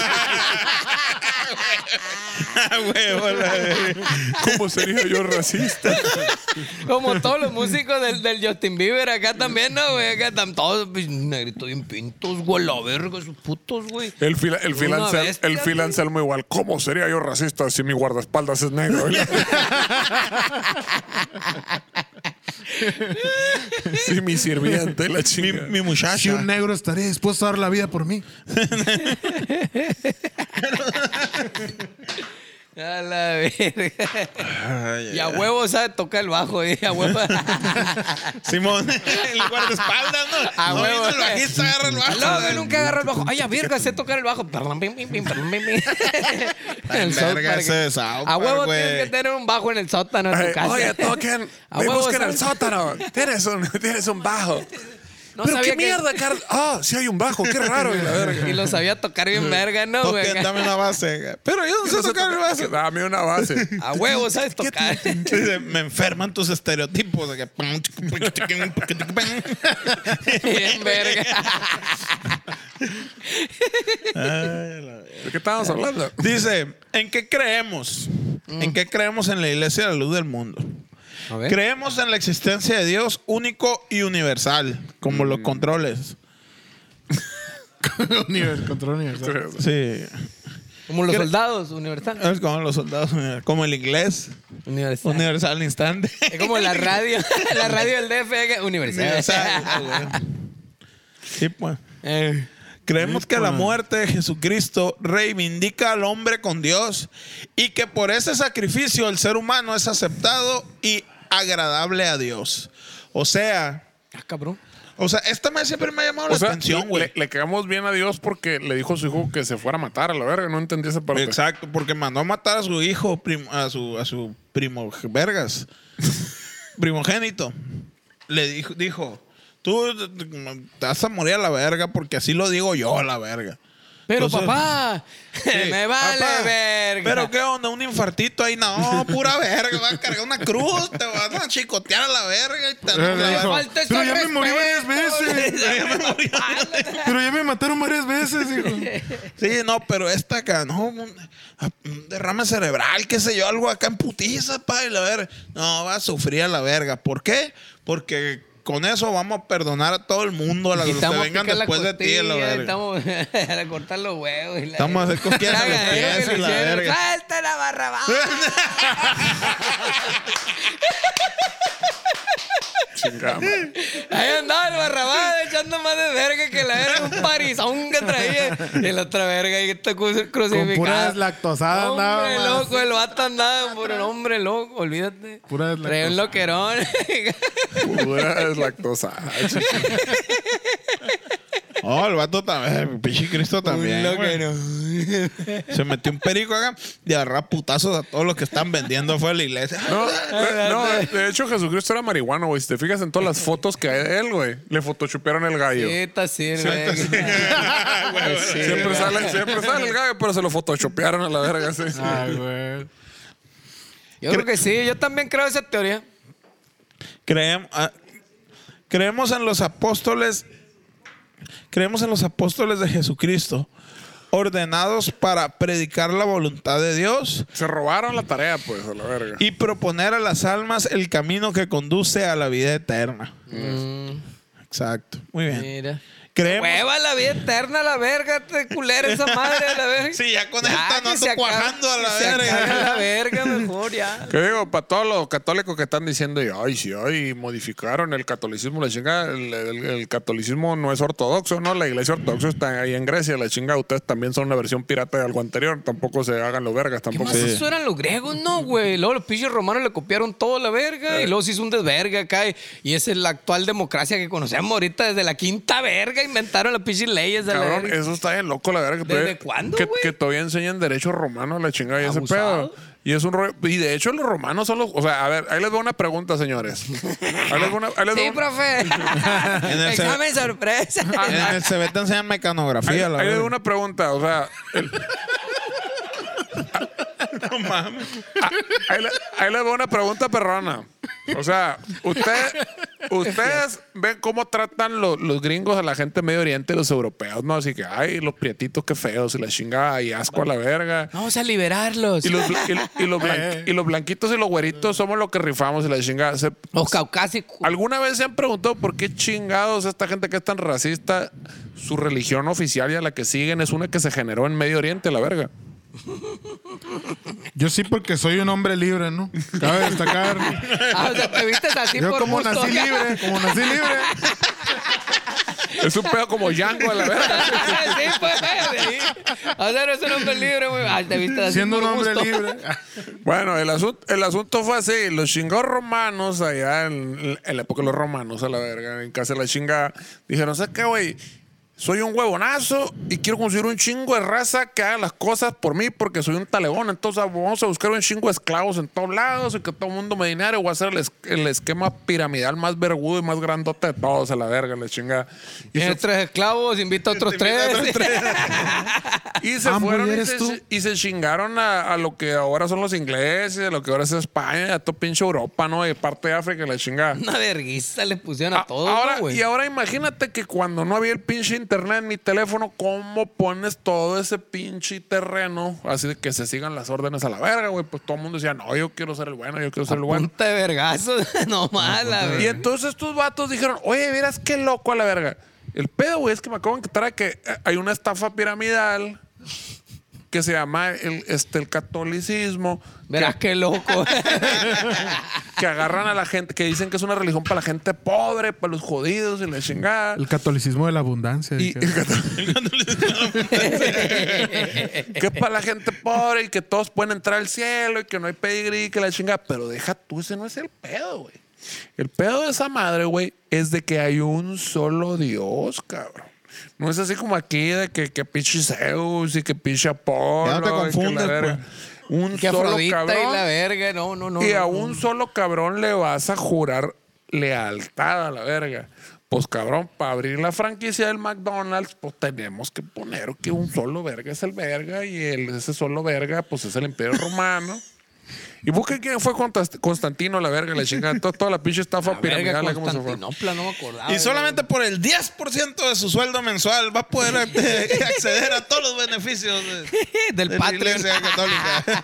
S2: Ah, güey, hola, güey.
S1: ¿Cómo sería yo racista?
S3: Como todos los músicos del, del Justin Bieber acá también, ¿no, güey? Acá están todos pues, negritos bien pintos, güey, la verga, esos putos, güey.
S1: El fila, el
S3: Una
S1: filancel,
S3: bestia,
S1: el filancel muy igual. ¿Cómo sería yo racista si mi guardaespaldas es negro? si mi sirviente, la
S2: Mi,
S1: chinga.
S2: mi muchacha.
S4: Si un negro estaría dispuesto a dar la vida por mí.
S3: A la verga.
S2: Ay,
S3: Y a huevo sabe tocar el bajo, eh, a huevo.
S2: Simón, el guardaespaldas, ¿no?
S3: A
S2: no,
S3: Ah, huevo.
S2: vino el bajista, agarra el bajo.
S3: No, yo nunca agarro el bajo. Ay, a verga, sé tocar el bajo. Perdón, pim, pim, pim, perdón, pim, pim. El South
S2: verga
S3: Park.
S2: ese de South
S3: A huevo
S2: Park, güey.
S3: tienes que tener un bajo en el sótano de
S1: Ay,
S3: tu casa.
S1: Oye, toquen.
S3: A
S1: Me
S3: huevo,
S1: busquen
S3: ¿sabes?
S1: al sótano. Tienes un, tienes un bajo.
S3: No
S1: Pero
S3: sabía
S1: qué
S3: que-
S1: mierda, Carl. Ah, sí hay un bajo. Qué raro. y la verga.
S3: Y lo sabía tocar bien verga, ¿no, güey?
S2: Toquen, dame una base.
S1: Pero yo no sé tocar el bajo. Dame una base.
S3: A huevo sabes tocar.
S2: Dice, me enferman tus estereotipos. de que pum, chiqui, pum, chiqui, pum, chiqui, pum.
S3: Bien verga.
S1: ¿De qué estábamos hablando?
S2: Dice, ¿en qué creemos? ¿En qué creemos en la iglesia de la luz del mundo?
S3: A ver.
S2: Creemos en la existencia de Dios único y universal, como
S3: Mm.
S2: los controles.
S4: Univer- control universal.
S2: Sí,
S3: Como los
S2: Cre-
S3: soldados, universal.
S2: es como los soldados, como el inglés,
S3: Universal.
S2: universal al instante.
S3: es como la radio, la radio del DF, eh, universal.
S2: Universal. Sí, pues.
S3: Eh,
S2: Creemos que la muerte de Jesucristo reivindica al hombre con Dios y que por ese sacrificio el ser humano es aceptado y agradable a Dios. O sea,
S3: ah, cabrón.
S2: o sea, esta me siempre me ha llamado
S1: O
S2: la
S1: sea,
S2: atención,
S1: le,
S2: güey.
S1: le cagamos bien a Dios porque le dijo a su hijo que se fuera a matar a la verga. No entendí esa parte.
S2: Exacto, porque mandó a matar a su hijo, prim- a su a su primo vergas, primogénito. Le dijo, dijo, tú te vas a morir a la verga porque así lo digo yo a la verga.
S3: Pero
S2: Entonces-
S3: papá,
S2: Sí.
S3: me vale
S2: Papá,
S3: verga.
S2: Pero qué onda, un infartito ahí, no, pura verga, vas a cargar una cruz, te vas a chicotear a la verga y te
S4: Le
S3: me
S4: dijo,
S3: falta ese
S4: Pero ya me morí varias
S3: respeto,
S2: se murió.
S4: Pero ya me mataron varias veces, hijo.
S2: Sí, no, pero esta acá, no, un, un derrame cerebral, qué sé yo, algo acá en putiza, pa, y la verga. No, va a sufrir a la verga. ¿Por qué? Porque con eso vamos a perdonar a todo el mundo, a los que
S3: Quitamos
S2: vengan
S3: picar la
S2: después de ti, a la
S3: costilla,
S2: verga.
S3: Estamos a cortar los huevos. y la
S2: Estamos a hacer cosquillas
S3: La
S2: en los
S3: cagadera
S2: pies
S3: que
S2: y
S3: le
S2: la
S3: hicieron.
S2: verga.
S3: ¡Suelta la barra baja!
S1: Chingada madre.
S3: Ahí andaba el barrabás echando más de verga que la era un parizón que traía. Y la otra verga ahí está cru- crucificada.
S4: Con puras lactosadas
S3: hombre
S4: andaba más.
S3: loco, el vato andaba por el hombre loco, olvídate.
S4: Puras
S3: Traía un loquerón.
S1: Pura lactosa.
S2: Oh, el vato también, el pinche Cristo también.
S3: un
S2: güey.
S3: loquerón.
S2: Se metió un perico acá y agarra putazos a todos los que están vendiendo fuera de la iglesia.
S1: No, de- no, de- de hecho Jesucristo era marihuano, güey. Si te fijas en todas las fotos que hay de él, güey, le photoshopearon el gallo.
S3: Esta sirve.
S1: Siempre sale, siempre sale el gallo, pero se lo photoshopearon a la verga. sí.
S4: Ay, güey.
S3: Yo creo que sí, yo también creo esa teoría.
S2: Creem- ah, creemos en los apóstoles, creemos en los apóstoles de Jesucristo, ordenados para predicar la voluntad de Dios
S1: Se robaron la tarea, pues, a la verga.
S2: y proponer a las almas el camino que conduce a la vida eterna. Exacto. Muy bien.
S3: Mm, Mira.
S2: Creemos.
S3: Hueva la vida eterna, la verga, te culera esa madre, la verga.
S2: Sí, ya con esta no
S3: que
S2: ando
S3: se acabe-
S2: cuajando a la
S3: que se acabe
S2: verga.
S3: la verga, mejor ya.
S1: Que digo, para todos los católicos que están diciendo, y, ay, sí, ay, modificaron el catolicismo, la chinga, el, el- el catolicismo no es ortodoxo, ¿no? La iglesia ortodoxa está ahí en Grecia, la chinga, ustedes también son una versión pirata de algo anterior, tampoco se hagan los vergas,
S3: ¿Qué
S1: tampoco.
S3: más eso eran los griegos, no, güey? Luego los pinches romanos le copiaron todo la verga y luego se hizo un desverga acá. Y, y esa es la actual democracia que conocemos ahorita desde la quinta verga. Inventaron las pinches leyes de la
S1: Cabrón,
S3: verga.
S1: eso está bien loco, la verga. que
S3: ¿Desde
S1: todavía-
S3: cuándo,
S1: Que,
S3: güey?
S1: que todavía enseñan derecho romano, la chingada y ese
S3: Abusado.
S1: pedo. Y es un rollo. Y de hecho, los romanos son los. O sea, a ver, ahí les doy una pregunta, señores. Ahí les doy una, ahí les doy
S3: Sí,
S1: un-
S3: profe.
S2: el
S3: Examen sorpresa.
S2: En el CB te enseñan
S1: ahí-
S2: mecanografía. la
S1: ahí les doy
S2: verga.
S1: una pregunta, o sea. el- Ah, Ahí, le- ahí les voy una pregunta perrona. O sea, ustedes, ustedes ven cómo tratan lo- los gringos a la gente de Medio Oriente y los europeos, ¿no? Así que, ay, los prietitos, qué feos, y la chingada, y asco a la verga.
S3: Vamos a liberarlos.
S1: Y los, bla- y- y los blan- y los blanquitos y los güeritos somos los que rifamos y la chingada. Se-
S3: Los caucásicos.
S1: ¿Alguna vez se han preguntado por qué chingados esta gente que es tan racista, su religión oficial y a la que siguen es una que se generó en Medio Oriente, la verga?
S4: Yo sí porque soy un hombre libre, ¿no? Cabe destacar.
S3: Ah, o sea, te vistes así
S4: Yo
S3: por
S4: como
S3: gusto.
S4: nací libre, como nací libre.
S1: Es un pedo como Django, a la verga.
S3: sí, pues, sí. O sea, eres un hombre libre, güey. Ay, te viste así
S4: Siendo un
S3: por
S4: hombre
S3: gusto.
S4: libre.
S1: Bueno, el asunto, el asunto fue así. Los chingados romanos, allá en, en la época de los romanos, a la verga, en casa de la chingada, dijeron, ¿sabes qué, güey? Soy un huevonazo y quiero conseguir un chingo de raza que haga las cosas por mí porque soy un talegón. Entonces vamos a buscar un chingo de esclavos en todos lados y que todo el mundo me dinero. Voy a hacer el, es- el esquema piramidal más vergudo y más grandote de todos a la verga, la chingada. Y se
S3: Tienes tres esclavos, invita a otros tres.
S1: y se
S4: Ah,
S1: fueron
S4: ¿muy
S1: y
S4: eres
S1: se,
S4: tú?
S1: y se chingaron a, a lo que ahora son los ingleses, a lo que ahora es España, a toda pinche Europa, ¿no? De parte de África, la chingada.
S3: Una verguiza le pusieron Mm, a,
S1: A-
S3: todos,
S1: Ah, ahora,
S3: güey.
S1: y ahora imagínate que cuando no había el pinche internet ni teléfono, ¿cómo pones todo ese pinche terreno? Así de que se sigan las órdenes a la verga, güey. Pues todo el mundo decía, no, yo quiero ser el bueno, yo quiero ser el bueno.
S3: Punta de vergazo, no mala,
S1: Y
S3: güey.
S1: entonces estos vatos dijeron, oye, verás qué loco a la verga. El pedo, güey, es que me acabo de encontrar que eh, hay una estafa piramidal que se llama el, este, el catolicismo,
S3: Verás qué loco.
S1: que agarran a la gente, que dicen que es una religión para la gente pobre, para los jodidos y la chingada.
S4: El catolicismo de la abundancia.
S1: Y,
S4: dije.
S1: que para la gente pobre y que todos pueden entrar al cielo y que no hay pedigrí y que la chingada. Pero deja tú, ese no es el pedo, güey. El pedo de esa madre, güey, es de que hay un solo Dios, cabrón. No es así como aquí de que, que pinche Zeus y que pinche Apolo.
S2: Ya no te pues.
S1: y que la
S2: confundes,
S1: verga. Un
S3: que
S1: solo
S3: Afrodita
S1: cabrón.
S3: y la verga, no, no, no.
S1: Y
S3: no,
S1: a
S3: no.
S1: un solo cabrón le vas a jurar lealtad a la verga. Pues cabrón, para abrir la franquicia del McDonald's, pues tenemos que poner que un solo verga es el verga y el, ese solo verga, pues es el imperio romano. Y busquen quién fue Contas- Constantino, la verga, la chingada. to- Toda, la pinche estafa
S3: Verga,
S1: piramidal. ¿cómo se fue?
S3: Constantinopla, no me acordaba.
S2: Y solamente por el 10% de su sueldo mensual va a poder eh, acceder a todos los beneficios de,
S3: del
S2: de la
S3: Patreon.
S2: Iglesia Católica.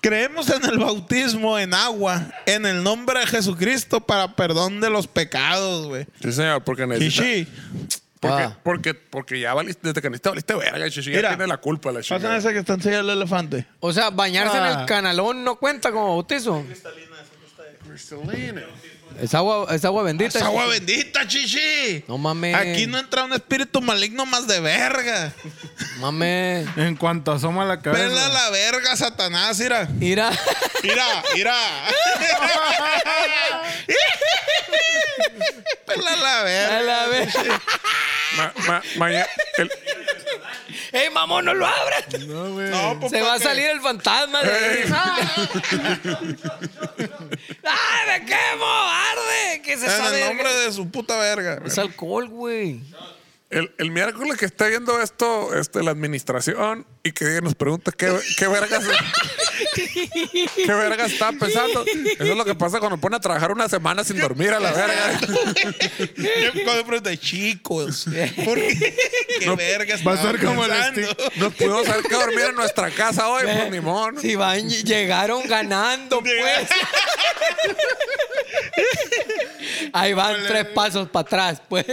S2: Creemos en el bautismo en agua, en el nombre de Jesucristo para perdón de los pecados, güey.
S1: Sí, señor, porque necesita.
S2: Chichi,
S1: Porque,
S3: Pa.
S1: porque, porque ya valiste, desde que necesita valiste verga, chichi. Ya
S2: Mira.
S1: tiene la culpa, la
S2: pásame
S1: chingada.
S2: esa que está enseñando el elefante.
S3: O sea, bañarse en
S2: Ah.
S3: el canalón no cuenta como bautizo. Es agua, es agua bendita.
S2: Es agua bendita, chichi.
S3: No mames.
S2: Aquí no entra un espíritu maligno más de verga.
S3: Mames.
S4: En cuanto asoma la cabeza.
S2: Pela la verga, Satanás, mira.
S3: Mira.
S2: Mira, mira. Pela la
S3: A
S2: verga.
S3: la vez.
S1: Ma- ma- maña- el-
S3: ¡Ey, mamón, no lo abras!
S4: No, güey.
S2: No, pues,
S3: Se va a
S2: ¿pa'
S3: salir el fantasma de. ¡Ah! ¡Ah, me quemo! ¡Arde! ¿Qué se
S2: qué? En
S3: sabe?
S2: el nombre de su puta verga.
S3: Es alcohol, güey.
S1: el- el miércoles que esté viendo esto, este, la administración, y que nos pregunta qué, qué verga qué verga está pensando. Eso es lo que pasa cuando pone a trabajar una semana sin dormir a la verga.
S2: Yo compro de chicos. ¿Por qué? ¿Qué verga
S4: Va a ser
S2: estaba
S4: como el
S2: pensando?
S4: stick.
S1: Nos pudimos haber que dormir en nuestra casa hoy, pues ni modo, ¿no?
S3: Si van, llegaron ganando, pues. Ahí van tres pasos para atrás, pues.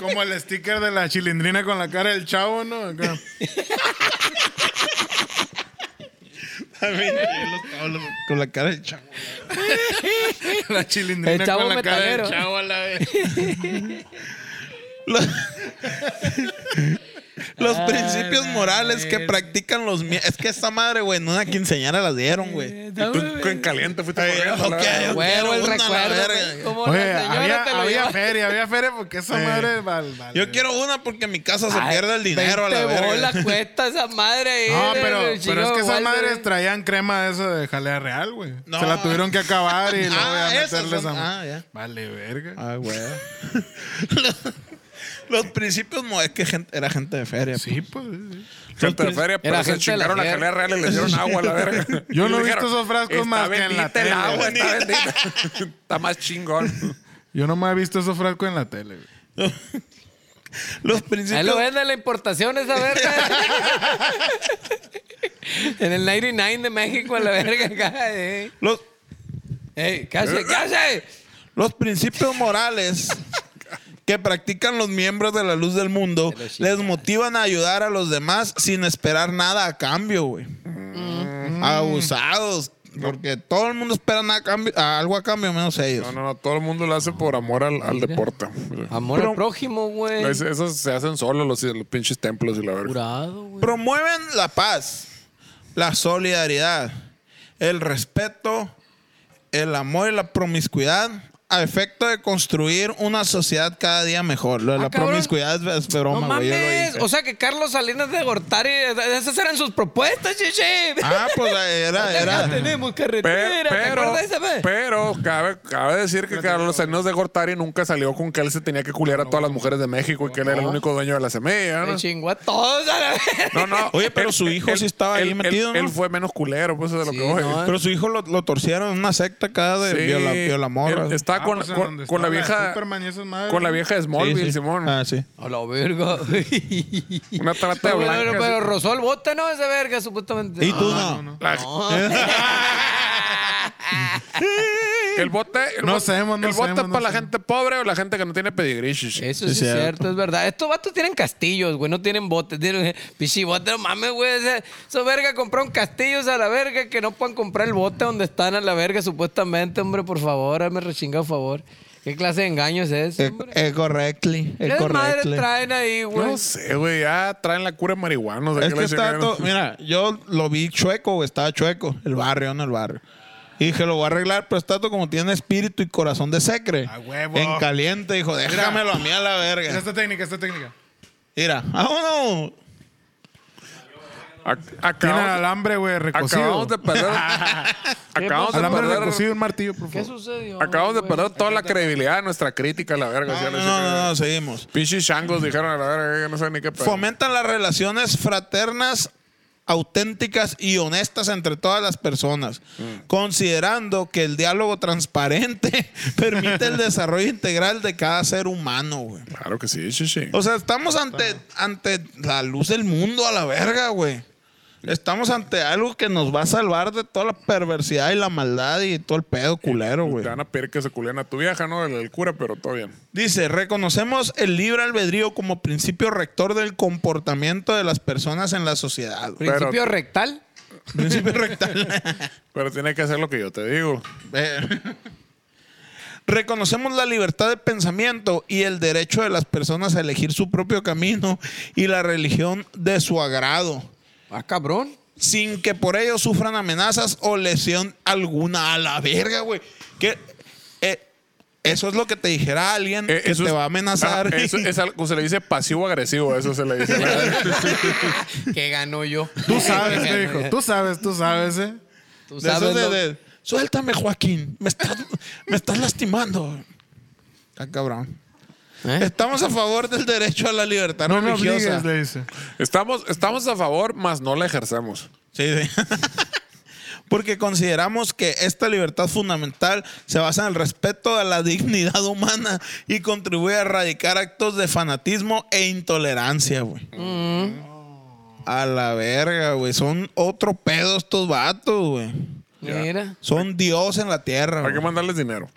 S4: Como el sticker de la chilindrina con la cara del chavo, ¿no? Acá.
S2: Con la cara de chavo.
S4: La chilindrina
S3: El chavo
S4: con la cara
S3: metalero.
S4: del chavo a la vez.
S2: Los, los
S3: Ah,
S2: principios morales que practican los mie- Es que esta madre, güey, en una quinceañera las dieron, güey.
S1: Tú en caliente fuiste
S2: Ay,
S1: corriendo, la
S2: ok,
S1: verga.
S3: Huevo el
S2: una a la
S3: recuerdo.
S2: verga.
S3: pues, Como la
S4: Oye,
S3: señora
S4: había,
S3: te lo
S4: había
S3: lleva.
S4: feria, había feria porque esa madre val, val-
S2: Yo quiero una porque en mi casa se
S3: Ay,
S2: pierde el dinero a la
S3: 20 bolas
S2: verga.
S3: cuesta esa madre. ahí
S4: No,
S3: en el
S4: pero, pero es
S3: chico
S4: que esas
S3: Walter.
S4: madres traían crema de eso de jalea real, güey.
S2: No.
S4: Se la tuvieron que acabar y luego
S2: Ah,
S4: ya
S2: esas
S4: meterle
S2: son-
S4: esa ma-
S2: ah, ya.
S4: Vale, verga.
S2: Ah, güey. Los principios mo- es que gente- era gente de feria.
S4: Sí, pues. sí.
S1: Gente de feria, pero
S3: Era
S1: se
S3: gente de la
S1: chingaron la
S3: feria.
S1: jalea real y le dieron agua a la verga.
S4: Yo
S1: Y
S4: no he
S1: le
S4: visto esos frascos
S1: "Está
S4: más que en la
S1: bendita
S4: tele".
S1: el agua, está bendita. está más chingón.
S4: Yo nomás he visto eso franco en la tele, güey.
S2: Los
S3: Ahí lo
S2: principios.
S3: venden la importación esa verga. en el 99 de México, a la verga. acá, eh.
S2: Los,
S3: Ey, ¿qué hace? ¿Qué hace?
S2: Los principios morales que practican los miembros de la luz del mundo les motivan a ayudar a los demás sin esperar nada a cambio, güey. Abusados. Porque todo el mundo espera nada a cambio- a algo a cambio, menos ellos.
S1: No, no, no, todo el mundo lo hace por amor al, al deporte.
S4: Ah,
S3: Amor al prójimo, güey.
S1: Es- Esos se hacen solos los, los pinches templos y la verga.
S3: Curado, güey.
S2: Promueven la paz, la solidaridad, el respeto, el amor y la promiscuidad a efecto de construir una sociedad cada día mejor. Lo de
S3: Ah,
S2: la
S3: cabrón.
S2: promiscuidad es
S3: No
S2: broma, güey. yo lo
S3: mames.
S2: dije.
S3: O sea que Carlos Salinas de Gortari, esas eran sus propuestas, chichi.
S2: Ah, pues era,
S3: Acá
S2: era.
S3: tenemos
S1: Pe-
S3: carretera. ¿te
S1: pero,
S3: acuerdas de esa vez?
S1: pero cabe, cabe decir que Carlos Salinas de Gortari nunca salió con que él se tenía que culiar a todas las mujeres de México y que él era el único dueño de la semilla.
S3: Me
S1: ¿no?
S3: chingó a todos a la verga.
S1: No, no.
S2: Oye, pero su hijo sí estaba ahí
S1: él-
S2: metido,
S1: él- Él
S2: ¿no?
S1: fue menos culero, pues, de lo
S3: Sí,
S1: que voy.
S3: no,
S2: Pero su hijo lo, lo torcieron en una secta acá de
S1: Sí.
S2: viola, viola morra.
S1: Él Estaba
S4: Ah,
S1: con,
S4: pues, en
S1: con,
S4: donde
S1: con la
S4: estaba
S1: vieja.
S4: Superman y esas madres.
S1: con la vieja de
S2: Sí,
S1: Smallville,
S2: sí.
S1: Simón.
S2: Ah, sí.
S3: A la verga.
S1: Una trata de
S3: Pero,
S1: blancas.
S3: pero, pero rozó el bote, ¿no? Ese verga, supuestamente.
S2: Y tú no.
S1: La- El bote. el
S4: No
S1: bote-
S4: sabemos, no
S1: El bote
S4: sabemos,
S1: para
S4: no
S1: la
S4: sabemos.
S1: gente pobre o la gente que no tiene pedigrí. shishi.
S3: Eso
S2: Sí,
S3: sí, es
S2: cierto.
S3: cierto, es verdad. Estos vatos tienen castillos, güey, no tienen botes. Tienen, pichi bote, no mames, güey. Ese, esos verga compraron castillos a la verga que no puedan comprar el bote donde están a la verga, supuestamente, hombre, por favor, hazme rechinga, favor. ¿Qué clase de engaño es ese,
S2: Es
S3: hombre?
S2: es Eh, correctly.
S3: ¿Qué
S2: Es
S3: madre
S2: correctly.
S3: traen ahí, güey?
S1: No sé, güey. Ya traen la cura de marihuana.
S2: Es que está todo. Mira, yo lo vi chueco, güey. Estaba chueco. El barrio, no el barrio. Y dije, lo voy a arreglar, pero está todo como tiene espíritu y corazón de secre.
S4: A huevo.
S2: En caliente, dijo, déjamelo a mí a la
S4: Mira
S2: verga.
S4: esta técnica, esta técnica.
S2: Mira, vámonos.
S4: Tiene
S1: Acabamos,
S4: alambre, güey, recocido.
S1: acabamos de perder.
S2: Ah,
S1: acabamos de
S4: Alambre
S1: perder.
S4: recocido, un martillo, por
S3: ¿Qué
S4: favor.
S3: sucedió?
S1: Acabamos de
S3: güey?
S1: perder toda la credibilidad de nuestra crítica, la verga.
S2: No,
S1: sí,
S2: no,
S1: la
S2: no,
S1: chingada.
S2: no, no, seguimos.
S1: Pinches changos dijeron a la verga, no sé ni qué pedo.
S2: Fomentan las relaciones fraternas auténticas y honestas entre todas las personas, considerando que el diálogo transparente permite el desarrollo integral de cada ser humano, güey.
S1: Claro que sí, sí, sí.
S2: O sea, estamos ante, ante la luz del mundo a la verga, güey. Estamos ante algo que nos va a salvar de toda la perversidad y la maldad y todo el pedo culero, güey.
S1: Te van a pedir que se culen a tu vieja, ¿no? El, el cura, pero todo bien.
S2: Dice, reconocemos el libre albedrío como principio rector del comportamiento de las personas en la sociedad. güey.
S3: Principio rectal.
S2: Principio rectal.
S1: Pero tiene que hacer lo que yo te digo.
S2: Eh. Reconocemos la libertad de pensamiento y el derecho de las personas a elegir su propio camino y la religión de su agrado,
S3: Ah, cabrón.
S2: sin que por ello sufran amenazas o lesión alguna a la verga, güey. Que eh, eso es lo que te dijera alguien
S1: Eh,
S2: que
S1: eso
S2: te
S1: es-
S2: va a amenazar.
S1: Ah, eso es algo, se le dice pasivo-agresivo, eso se le dice.
S3: Que ganó yo.
S4: Tú sabes,
S3: Que
S4: me
S3: ganó
S4: dijo.
S3: yo.
S4: Tú sabes, tú sabes, ¿eh?
S3: Tú
S2: De esos
S3: sabes.
S2: de-
S3: lo-
S2: de, Suéltame, Joaquín. Me estás, me estás lastimando. Ah, cabrón.
S3: ¿Eh?
S2: Estamos a favor del derecho a la libertad
S4: No me
S2: religiosa.
S4: obligues, le dice.
S1: estamos, estamos a favor, mas no la ejerzamos.
S2: Sí, sí. Porque consideramos que esta libertad fundamental se basa en el respeto a la dignidad humana y contribuye a erradicar actos de fanatismo e intolerancia, güey. A la verga, güey. Son otro pedo estos vatos, güey.
S3: Mira.
S2: Son Dios en la tierra.
S1: Hay que
S2: güey.
S1: mandarles dinero.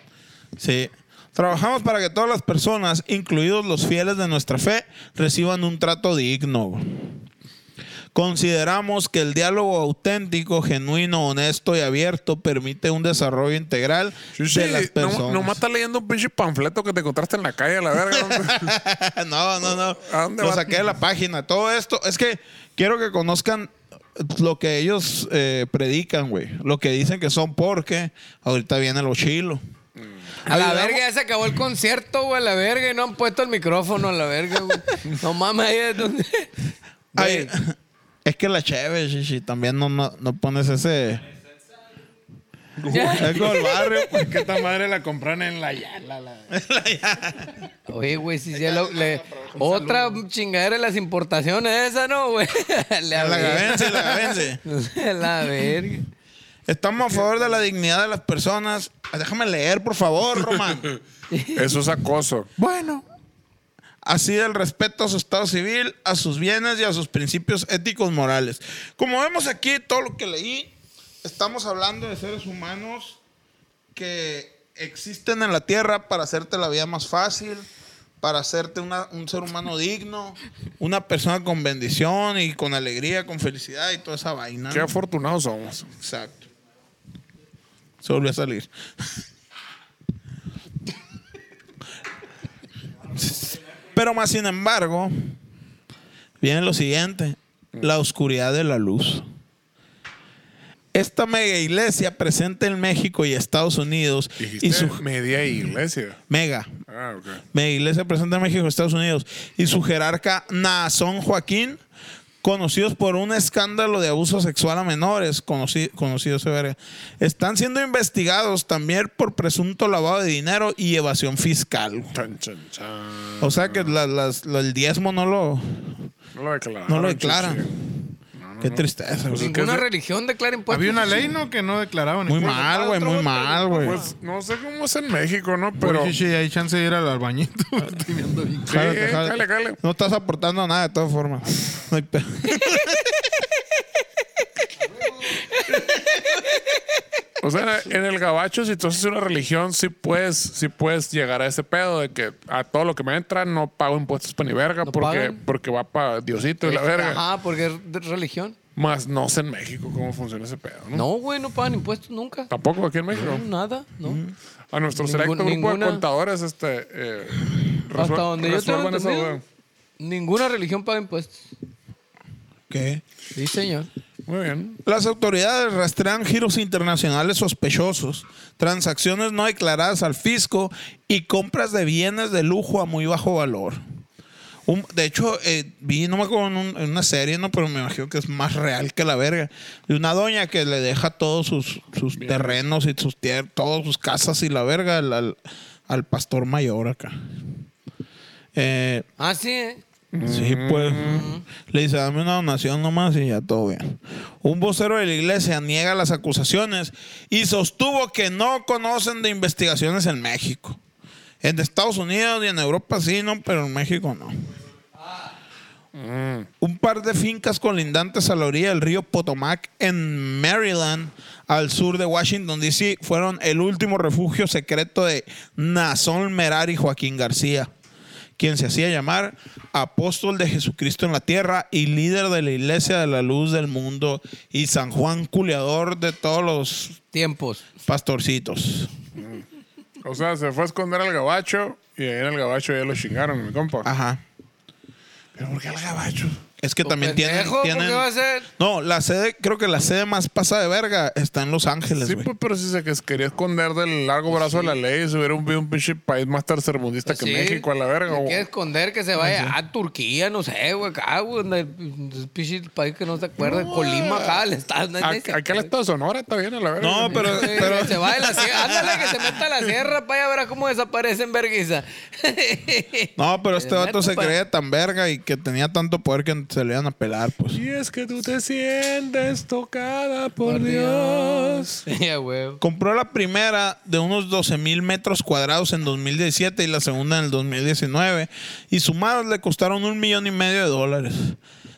S2: Sí. Trabajamos para que todas las personas, incluidos los fieles de nuestra fe, reciban un trato digno. güey. Consideramos que el diálogo auténtico, genuino, honesto y abierto permite un desarrollo integral
S1: Sí, sí,
S2: de las
S1: no-
S2: personas.
S1: nomás estás leyendo un pinche panfleto que te encontraste en la calle, a la verga.
S2: no, no, no.
S1: ¿A dónde
S2: Lo
S1: va?
S2: saqué de la página. Todo esto es que quiero que conozcan lo que ellos eh, predican, güey. Lo que dicen que son porque ahorita viene lo chilo.
S3: A la
S2: Ayudamos-
S3: verga, ya se acabó el concierto, güey, a la verga, y no han puesto el micrófono a la verga, güey. No mames, ahí es donde.
S2: Ay,
S3: Güey,
S2: es que la chévere, Shishi, también no, no, no pones ese. Es como el barrio. pues.
S4: Que esta madre la compran en la yala. la-
S3: Oye, güey, si ya lo- le- otra chingadera de las importaciones esa, ¿no, güey? Le
S2: La
S3: hablé.
S2: gavense, la gavense.
S3: la verga.
S2: Estamos a favor de la dignidad de las personas. Ah, Déjame leer, por favor, Román.
S1: Eso es acoso.
S4: Bueno,
S3: Pues
S2: Así del respeto a su estado civil, a sus bienes y a sus principios éticos morales. Como vemos aquí, todo lo que leí, estamos hablando de seres humanos que existen en la tierra para hacerte la vida más fácil, para hacerte una- un ser humano digno, una persona con bendición y con alegría, con felicidad y toda esa vaina.
S1: Qué afortunados somos.
S2: Exacto. Se volvió a salir. Pero más sin embargo, viene lo siguiente, la oscuridad de la luz. Esta mega iglesia presente en México y Estados Unidos
S1: Dijiste
S2: y su
S1: media iglesia.
S2: mega
S1: Ah, ok.
S2: Media Iglesia presente en México, Estados Unidos, y su jerarca Nazón Joaquín, conocidos por un escándalo de abuso sexual a menores, conoci- conocido ese verga, están siendo investigados también por presunto lavado de dinero y evasión fiscal. güey.
S1: Chan, chan, chan.
S2: O sea que la- las- la- el diezmo no lo...
S1: No lo declaran.
S2: No Pues, lo declaran. Qué tristeza. güey.
S3: Ninguna religión declara impuestos.
S4: había una ley, ¿no? Que no declaraban.
S2: Muy
S4: impuestos.
S2: mal, güey, muy mal, güey.
S1: Pues no sé cómo es en México, ¿no?
S4: Pero
S1: Pero.
S4: sí,
S1: Sí,
S4: sí, hay chance de ir al albañito. Estoy viendo bien.
S2: Jálate,
S1: eh,
S2: jálate.
S1: cale, cale.
S2: No estás aportando nada de todas formas. No hay pe-
S1: O sea, en el gabacho, si tú haces una religión, sí puedes, sí puedes llegar a ese pedo de que a todo lo que me entra no pago impuestos para ni verga
S3: ¿No
S1: porque,
S3: pagan?
S1: porque va para Diosito y la verga.
S3: Este, Ajá, porque es de religión.
S1: Más no sé en México cómo funciona ese pedo, ¿no?
S3: No, güey, no pagan impuestos nunca.
S1: Tampoco aquí en México.
S3: No, nada, ¿no?
S1: A nuestro
S3: Ningún-
S1: selecto grupo
S3: ninguna-
S1: de contadores, este. eh,
S3: Hasta
S1: resuel-
S3: donde yo tengo
S1: resuelvan esa
S3: entendido, ninguna religión paga impuestos.
S2: ¿Qué?
S3: Sí, señor.
S1: duda. Muy bien.
S2: Las autoridades rastrean giros internacionales sospechosos, transacciones no declaradas al fisco y compras de bienes de lujo a muy bajo valor. Un- de hecho, eh, vi, no me acuerdo en, un- en una serie, no, pero me imagino que es más real que la verga. De una doña que le deja todos sus, sus terrenos y sus tier- todas sus casas y la verga al, al- al pastor mayor acá. Eh,
S3: Ah, sí, ¿eh?
S2: Sí, pues. Le dice, dame una donación nomás y ya todo bien. Un vocero de la iglesia niega las acusaciones y sostuvo que no conocen de investigaciones en México. En Estados Unidos y en Europa sí, no, pero en México no. Un par de fincas colindantes a la orilla del río Potomac en Maryland, al sur de Washington, D.C., fueron el último refugio secreto de Nazón Merari Joaquín García, quien se hacía llamar apóstol de Jesucristo en la tierra y líder de la Iglesia de la Luz del Mundo y San Juan Culeador de todos los
S3: Tiempos.
S2: pastorcitos.
S1: O sea, se fue a esconder al gabacho y ahí en el gabacho ya lo chingaron, mi compa.
S2: Ajá.
S1: Pero ¿por qué al gabacho?
S2: Es que
S3: Pues,
S2: también tienen,
S3: pendejo, ¿por qué
S2: tienen-
S3: va a ser?
S2: No, la sede, creo que la sede más pasada de verga está en Los Ángeles,
S1: Sí,
S2: güey.
S1: pues, pero si se que- quería esconder del largo brazo de la ley, se hubiera un, un pinche país más tercermundista que
S3: Pues Sí.
S1: México a la verga.
S3: Se
S1: o- Ah,
S3: quiere esconder que se vaya a Turquía, no sé, güey, acá, güey, donde el- el pinche país que no se acuerda, Colima, acá, le está.
S1: A- Ah, Acá el estado de Sonora está bien a la verga.
S2: No, pero, pero
S3: se vaya a la sierra, ándale, que se meta a la sierra, vaya a ver cómo desaparecen verguiza.
S2: No, pero este
S3: Eh,
S2: vato se
S3: neta, pa-
S2: creía tan verga y que tenía tanto poder que se le iban a pelar, pues.
S1: Y es que tú te sientes tocada por,
S3: Por
S1: Dios.
S3: Dios. Ya, güey.
S2: Compró la primera de unos 12 mil metros cuadrados en 2017 y la segunda en el 2019. Y sumadas le costaron un millón y medio de dólares.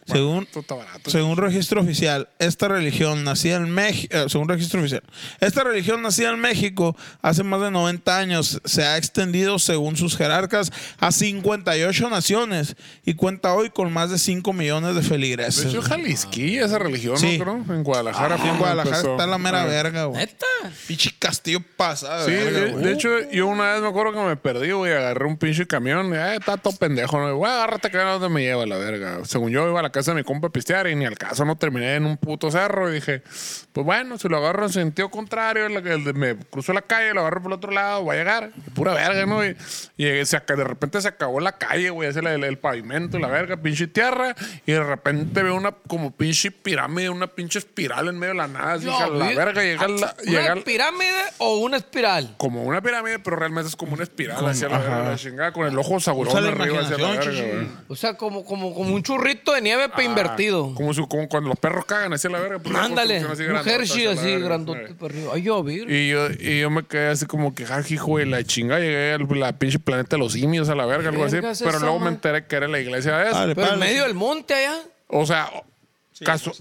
S2: según,
S1: esto está barato.
S2: según registro oficial, esta religión nacida en México, según registro oficial, esta religión nacida en México hace más de 90 años se ha extendido, según sus jerarcas, a 58 naciones y cuenta hoy con más de 5 millones de feligreses.
S1: De hecho,
S2: güey.
S1: Jalisquilla esa religión,
S2: Sí.
S1: ¿no? creo? En Guadalajara.
S2: Aquí
S1: fue donde
S2: en Guadalajara
S1: empezó.
S2: está la mera
S1: Ah.
S2: verga, güey.
S3: Neta.
S2: Pinche castillo pasado,
S1: Sí,
S2: verga,
S1: de,
S2: güey.
S1: de hecho, yo una vez me acuerdo que me perdí, güey, agarré un pinche camión, y, "Ah, está todo pendejo, no, güey, agárrate que a dónde me lleva la verga. Según yo iba a la casa de mi compa a pistear y ni al caso no terminé en un puto cerro y dije, pues bueno, si lo agarro en sentido contrario, la- el de- me cruzo la calle, lo agarro por el otro lado, voy a llegar, pura verga, ¿no? Y, y llegué, se aca- de repente se acabó la calle, güey, ese era el, el pavimento, la verga, pinche tierra, y de repente veo una como pinche pirámide, una pinche espiral en medio de la nada, así, dije, a la verga,
S2: Ah,
S1: llega la... llega
S3: ¿Una
S1: la-
S3: pirámide o una espiral?
S1: como una pirámide, pero realmente es como una espiral hacia la, verga, la chingada, con el ojo
S2: Usa
S1: saburón
S2: la
S1: arriba hacia la verga,
S2: imaginación,
S1: güey.
S3: O sea, como, como, como un churrito de nieve pero
S1: Ah,
S3: invertido.
S1: Como, su, como cuando los perros cagan hacia la verga. pero una
S3: Ándale,
S1: construcción así
S3: un
S1: grandota
S3: Hershey
S1: hacia la
S3: así
S1: verga,
S3: grandote
S1: sí.
S3: para arriba. Ay, yo, vir.
S1: Y yo, y yo me quedé así como que, ah, hijo de la chinga, llegué al la pinche planeta de los simios a la verga, algo así.
S3: Verga es
S1: Pero
S3: esa,
S1: luego me
S3: man.
S1: enteré que era la iglesia de eso.
S2: Dale,
S3: Pero en
S2: párale.
S3: medio del monte allá.
S1: O sea, casu-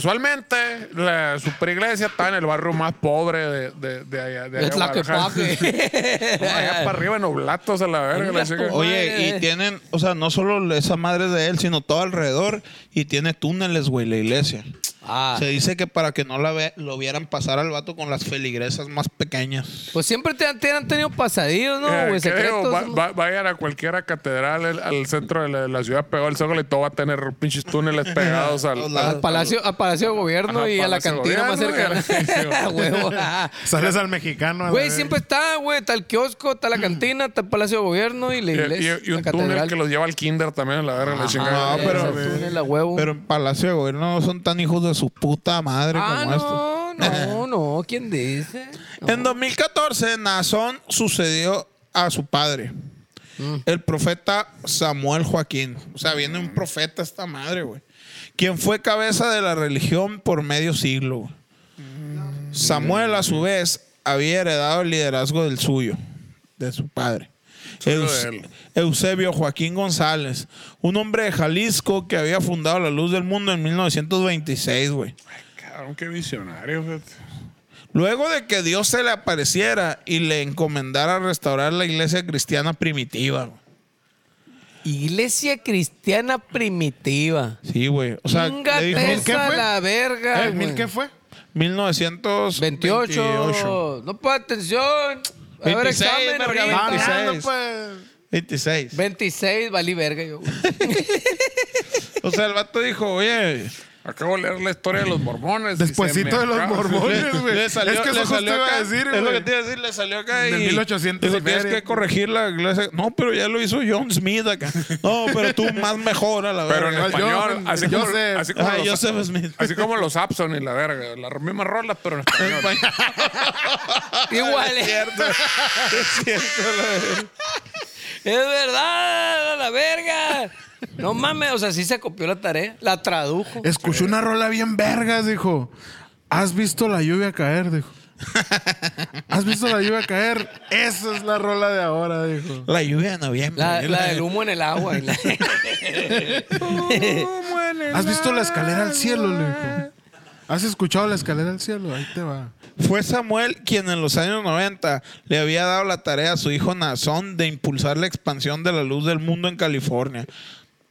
S1: casualmente, la superiglesia estaba en el barrio más pobre de, de, de allá. De allá
S3: Es la que
S1: Guadalajara. No, allá para arriba en Oblatos a la verga, la
S3: Oblatos.
S1: chinga.
S2: Oye,
S3: Madre.
S2: y tienen, o sea, no solo esa madre de él, sino todo alrededor. Y tiene túneles, güey, la iglesia.
S3: Ah.
S2: Se dice que para que no la ve, lo vieran pasar al vato con las feligresas más pequeñas.
S3: Pues siempre te han, te han tenido pasadillos, ¿no?
S1: Eh,
S3: güey,
S1: ¿qué digo?
S3: secretos.
S1: Va- va- vayan a cualquiera catedral el- al centro de la, la ciudad pegado al zócalo y todo va a tener pinches túneles pegados al,
S2: Todos
S1: al-
S2: lados.
S3: al palacio, al palacio de gobierno
S1: Ajá,
S3: y a la
S1: Palacio de
S3: cantina más
S1: Gobierno,
S3: cercana.
S1: ya.
S3: A huevo. Ah.
S4: Sales al mexicano. a
S1: Ah,
S3: Güey,
S4: la
S3: siempre está, güey, está el kiosco, está la cantina, está el palacio de gobierno y la
S1: y,
S3: iglesia.
S1: y- y un
S3: la
S1: túnel
S3: catedral.
S1: que los lleva al kinder también a la verga la chingada.
S2: Ah,
S3: Eh,
S2: pero-
S3: ese túnel a huevo.
S2: Pero en Palacio de Gobierno no son tan hijos de su puta madre
S3: ah,
S2: como estos.
S3: no, no, no. ¿Quién dice? No.
S2: En 2014, Nazón sucedió a su padre, el profeta Samuel Joaquín. O sea, viene un profeta esta madre, güey. Quien fue cabeza de la religión por medio siglo. güey. Samuel, a su vez, había heredado el liderazgo del suyo, de su padre.
S1: Solo
S2: Euse-
S1: de él.
S2: Eusebio Joaquín González, un hombre de Jalisco que había fundado la Luz del Mundo en 1926, güey.
S4: Ah,
S1: Cabrón, qué visionario. fíjate.
S2: Luego de que Dios se le apareciera y le encomendara restaurar la iglesia cristiana primitiva. güey.
S3: Iglesia cristiana primitiva.
S2: Sí, güey. O sea, le dijo
S3: Chingate
S4: ¿qué
S3: esa
S4: fue?
S3: la
S4: verga.
S3: verga.
S4: Eh, ¿Mil
S3: güey.
S4: qué fue?
S2: 1928.
S3: 28. No ponga atención. A ver,
S2: 26,
S3: examen
S2: verga,
S3: ahorita.
S4: Ah,
S2: 26.
S4: pues.
S2: 26.
S3: 26, valí verga yo. güey.
S2: O sea, el vato dijo, oye,
S1: Acabo de leer la historia de los mormones. y se
S4: Despuésito
S1: me
S4: de los
S1: acaba-
S4: mormones, güey.
S2: le
S4: Es
S2: salió,
S4: que
S2: le
S4: eso justo
S2: salió
S4: iba
S2: acá.
S4: a decir,
S2: es lo que
S4: güey.
S2: te iba a decir, le salió acá y...
S4: Del 1800
S2: Dijo, tienes
S4: feria".
S2: que corregir la iglesia. No, pero ya lo hizo John Smith acá. No, pero tú más mejor a la
S1: Pero en
S2: verga.
S4: Igual
S1: español,
S4: yo,
S1: así como,
S4: Joseph.
S1: así como
S2: Ah,
S1: los,
S2: Joseph Smith.
S1: así como los Abson y la verga. Las mismas rolas, pero en español.
S3: Igual. eh.
S2: Es
S3: Es
S2: cierto. Es cierto, la verga.
S3: verdad, a la verga. No mames, o sea, sí se copió la tarea, la tradujo.
S4: Escuchó una rola bien vergas, dijo. ¿Has visto la lluvia caer? Dijo. ¿Has visto la lluvia caer? Esa es la rola de ahora, dijo.
S2: La lluvia de noviembre.
S3: La, la del humo en el agua. y la-
S4: ¿Has visto la escalera al cielo? Le dijo. ¿Has escuchado la escalera al cielo? Ahí te va.
S2: Fue Samuel quien en los años 90 le había dado la tarea a su hijo Nazón de impulsar la expansión de la luz del mundo en California.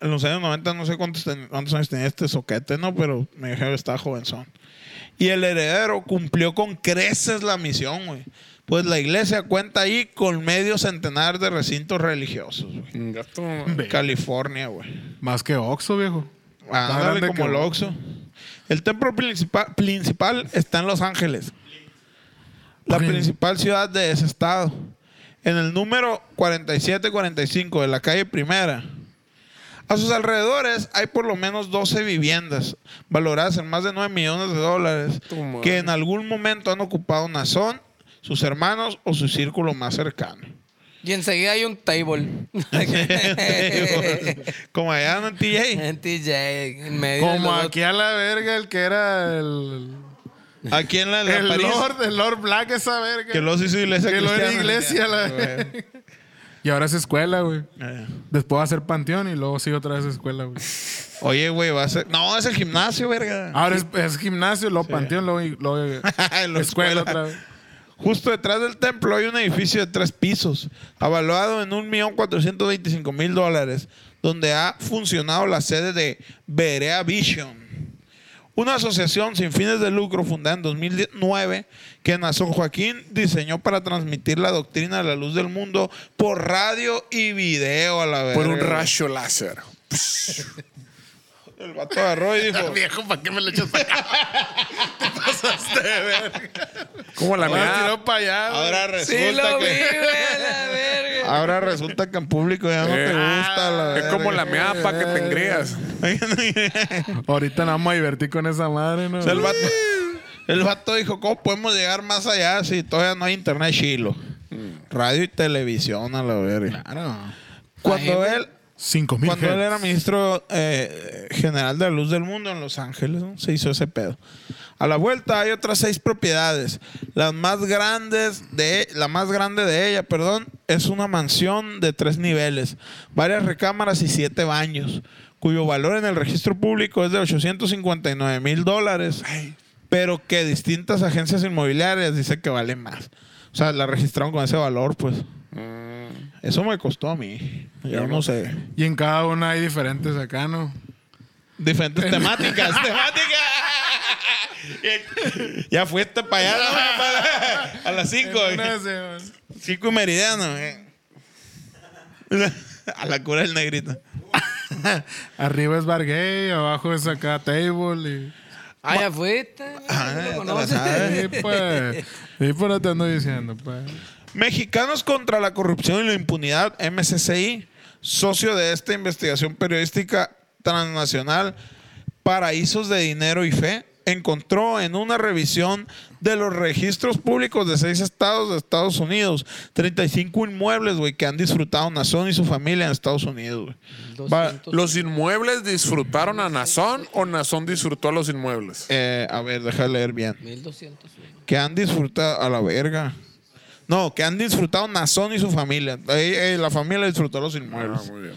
S2: En los años 90 no sé cuántos, ten- cuántos años tenía este soquete, ¿no? Pero me dijeron que estaba jovenzón. Y el heredero cumplió con creces la misión, güey. Pues la iglesia cuenta ahí con medio centenar de recintos religiosos, güey.
S1: Gato.
S2: California, güey.
S4: Más que Oxo, viejo.
S2: Ah,
S4: Más
S2: ándale,
S4: grande
S2: como
S4: que-
S2: el Oxxo. El templo principal, principal está en Los Ángeles, la
S4: Órale.
S2: principal ciudad de ese estado. En el número 4745 de la calle Primera. A sus alrededores hay por lo menos 12 viviendas valoradas en más de 9 millones de dólares
S1: Tu madre.
S2: que en algún momento han ocupado Nazón, sus hermanos o su círculo más cercano.
S3: y enseguida hay un table.
S2: como allá en el TJ.
S3: Gente, ya, en medio de
S4: Como
S3: los
S4: aquí a la verga, el que era el.
S2: Aquí en la, la
S4: El
S2: París.
S4: Lord, el Lord Black, esa verga.
S2: Que lo hizo iglesia
S4: Que lo era
S2: cristiana.
S4: iglesia, la verga. Y ahora es escuela, güey.
S2: Eh.
S4: Después va a ser panteón y luego sigue otra vez escuela, güey.
S2: Oye, güey, va a ser. No, es el gimnasio, verga.
S4: Ahora es, es gimnasio, luego panteón, luego, luego
S2: Lo
S4: escuela
S2: escuela.
S4: otra vez.
S2: Justo detrás del templo hay un edificio de tres pisos, avaluado en 1.425.000 dólares, donde ha funcionado la sede de Berea Vision, una asociación sin fines de lucro fundada en 2009 que Nazón Joaquín diseñó para transmitir la doctrina de la luz del mundo por radio y video a la vez.
S1: Por un rayo láser.
S2: El vato agarró y dijo:
S4: Viejo, ¿para qué me lo echas para acá? Te pasaste de verga.
S1: Como la
S4: Me
S1: mía.
S4: tiró para allá. güey.
S2: Ah, Ahora
S3: Sí
S2: resulta
S3: lo vi,
S2: que.
S3: güey, a la verga.
S2: Ahora resulta que en público ya no te
S1: Eh,
S2: gusta la
S1: Es como la mía para que te engrías.
S2: verga.
S4: Ahorita nos vamos a divertir con esa madre, ¿no?
S2: O sea, el, vato, el vato dijo, ¿cómo podemos llegar más allá si todavía no hay internet chilo? Radio y televisión a la verga.
S4: Claro.
S2: Cuando él,
S4: Cinco mil.
S2: cuando él
S4: hertz.
S2: era ministro eh, general de la luz del mundo en Los Ángeles, ¿no? se hizo ese pedo. A la vuelta hay otras seis propiedades. Las más grandes de la más grande de ella, perdón, es una mansión de tres niveles, varias recámaras y siete baños, cuyo valor en el registro público es de 859 mil dólares, pero que distintas agencias inmobiliarias dicen que vale más. O sea, la registraron con ese valor, pues. Eso me costó a mí. Yo no sé.
S4: Y en cada una hay diferentes acá, ¿no?
S2: Diferentes temáticas. temáticas. ya fuiste para allá ¿no? Para- a las 5.
S4: Una se-
S2: 5 y meridiano. eh. a la cura del negrito.
S4: Arriba es bar gay, abajo es acá table y...
S3: Ah, ya fuiste. güey,
S2: Ah,
S3: ¿lo
S2: te la
S3: conoces?
S2: sabes.
S4: Sí, pues. Sí, pero te ando diciendo, pues.
S2: Mexicanos contra la corrupción y la impunidad, MCCI, socio de esta investigación periodística transnacional, Paraísos de Dinero y Fe, encontró en una revisión de los registros públicos de seis estados de Estados Unidos 35 inmuebles, güey, que han disfrutado Nazón y su familia en Estados Unidos, güey. Va-
S3: 200.
S1: ¿Los inmuebles disfrutaron a Nazón o Nazón disfrutó a los inmuebles?
S2: eh, a ver, déjame leer bien.
S3: 1200. güey.
S2: Que han disfrutado a la verga. No, que han disfrutado Nazón y su familia. Eh, eh, la familia disfrutó los inmuebles.
S1: Ah, muy bien.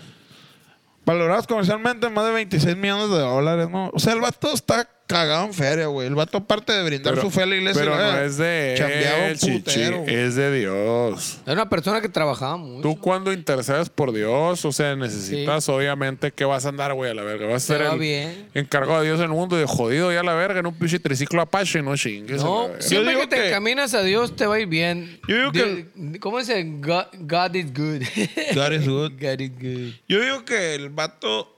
S2: Valorados comercialmente en más de 26 millones de dólares, ¿no? O sea, el vato está cagado en feria, güey. El vato, aparte de brindar
S1: Pero,
S2: su fe a la iglesia,
S1: pero
S2: güey,
S1: no es
S2: chambeaba
S1: de
S2: un
S1: él, eh. chichi,
S2: putero, güey.
S1: es de Dios.
S3: Era una persona que trabajaba mucho.
S1: Tú cuando intercedes por Dios, o sea, necesitas obviamente que vas a andar, güey, a la verga. Vas a
S3: Te
S1: ser
S3: va
S1: el
S3: bien.
S1: encargado de Dios en el mundo y de jodido ya a la verga en un pinche triciclo Apache, no chingues. a la
S3: No,
S1: verga.
S2: sí.
S3: siempre
S2: digo
S3: que te
S2: que-
S3: encaminas a Dios te va a ir bien.
S2: Yo digo que-
S3: Di- ¿Cómo dice? God, God is good.
S2: God is good.
S3: God is good.
S2: Yo digo que el vato,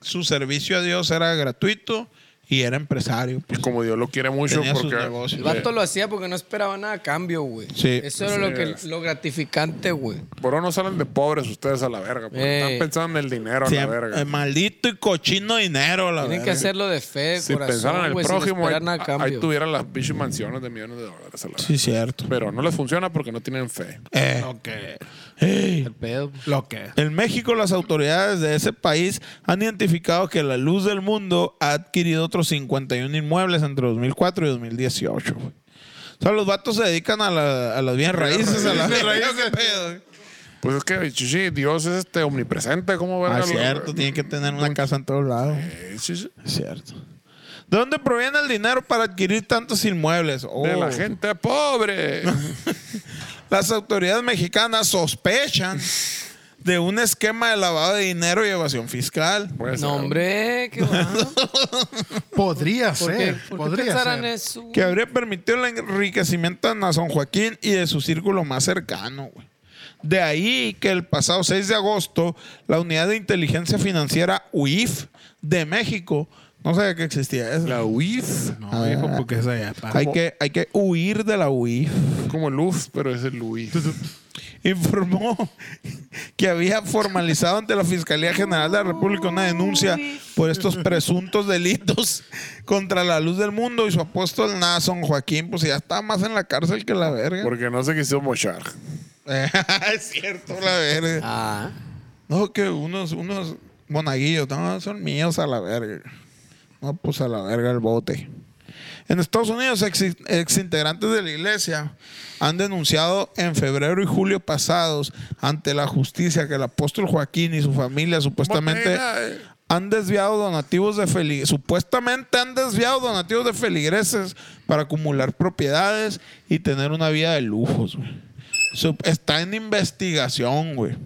S2: su servicio a Dios era gratuito y era empresario.
S1: Y
S2: pues.
S1: como Dios lo quiere mucho
S2: Tenía sus
S1: porque
S2: negocios.
S3: El vato lo hacía porque no esperaba nada a cambio, güey.
S2: Sí.
S3: Eso era lo, que, lo gratificante, güey.
S1: por eso no salen de pobres ustedes a la verga,
S2: Eh,
S1: porque
S3: Ey.
S1: están pensando en el dinero a
S2: Sí,
S1: la verga.
S2: eh, maldito y cochino dinero, la
S3: Tienen que
S2: verga.
S3: hacerlo de fe,
S1: si
S3: corazón,
S1: pensaran en el
S3: güey, sin
S1: prójimo, ahí,
S3: esperar nada a
S1: ahí
S3: cambio.
S1: tuvieran las pinches mansiones de millones de dólares a la verga.
S2: Sí, cierto.
S1: Pero no les funciona porque no tienen fe.
S2: Eh, Ey,
S3: El pedo. pues.
S4: Lo que.
S2: En México, las autoridades de ese país han identificado que la luz del mundo ha adquirido otros 51 inmuebles entre 2004 y 2018. güey. O sea, los vatos se dedican a, la- a las bien raíces, a las bien raíces. ¿Qué pedo? güey?
S1: Pues es que, chichi, Dios es este omnipresente. ¿Cómo verga
S2: Ah,
S1: lo-
S2: cierto, tiene que tener una casa en todos lados.
S1: Eh, chichi,
S2: Es cierto. ¿De dónde proviene el dinero para adquirir tantos inmuebles? Oh.
S1: De la gente pobre.
S2: Las autoridades mexicanas sospechan de un esquema de lavado de dinero y evasión fiscal.
S1: Pues,
S3: No,
S1: eh,
S3: hombre, qué bueno.
S4: Podría
S3: ¿Por qué,
S4: ser.
S3: por qué
S4: podría
S3: pensarán
S4: ser.
S3: eso? güey?
S2: que habría permitido el enriquecimiento a San Joaquín y de su círculo más cercano. güey. De ahí que el pasado 6 de agosto, la Unidad de Inteligencia Financiera UIF de México, no sabía que existía eso. Ah,
S1: La UIF.
S4: No, viejo, pues, porque esa ya
S2: Hay que, hay que huir de la UIF.
S1: Como Luz, pero es el Luis.
S2: informó que había formalizado ante la Fiscalía General de la República una denuncia por estos presuntos delitos contra la luz del mundo y su apóstol Nason Joaquín, pues ya está más en la cárcel que la verga.
S1: Porque no se quiso mochar.
S2: es cierto, la verga.
S3: Ah.
S2: No, que unos, unos monaguillos, no, son míos a la verga. No, pues a la verga el bote. En Estados Unidos, ex, integrantes de la iglesia han denunciado en febrero y julio pasados ante la justicia que el apóstol Joaquín y su familia supuestamente
S1: Botella, eh.
S2: han desviado donativos de feli- supuestamente han desviado donativos de feligreses para acumular propiedades y tener una vida de lujos. güey. Su- Está en investigación, güey.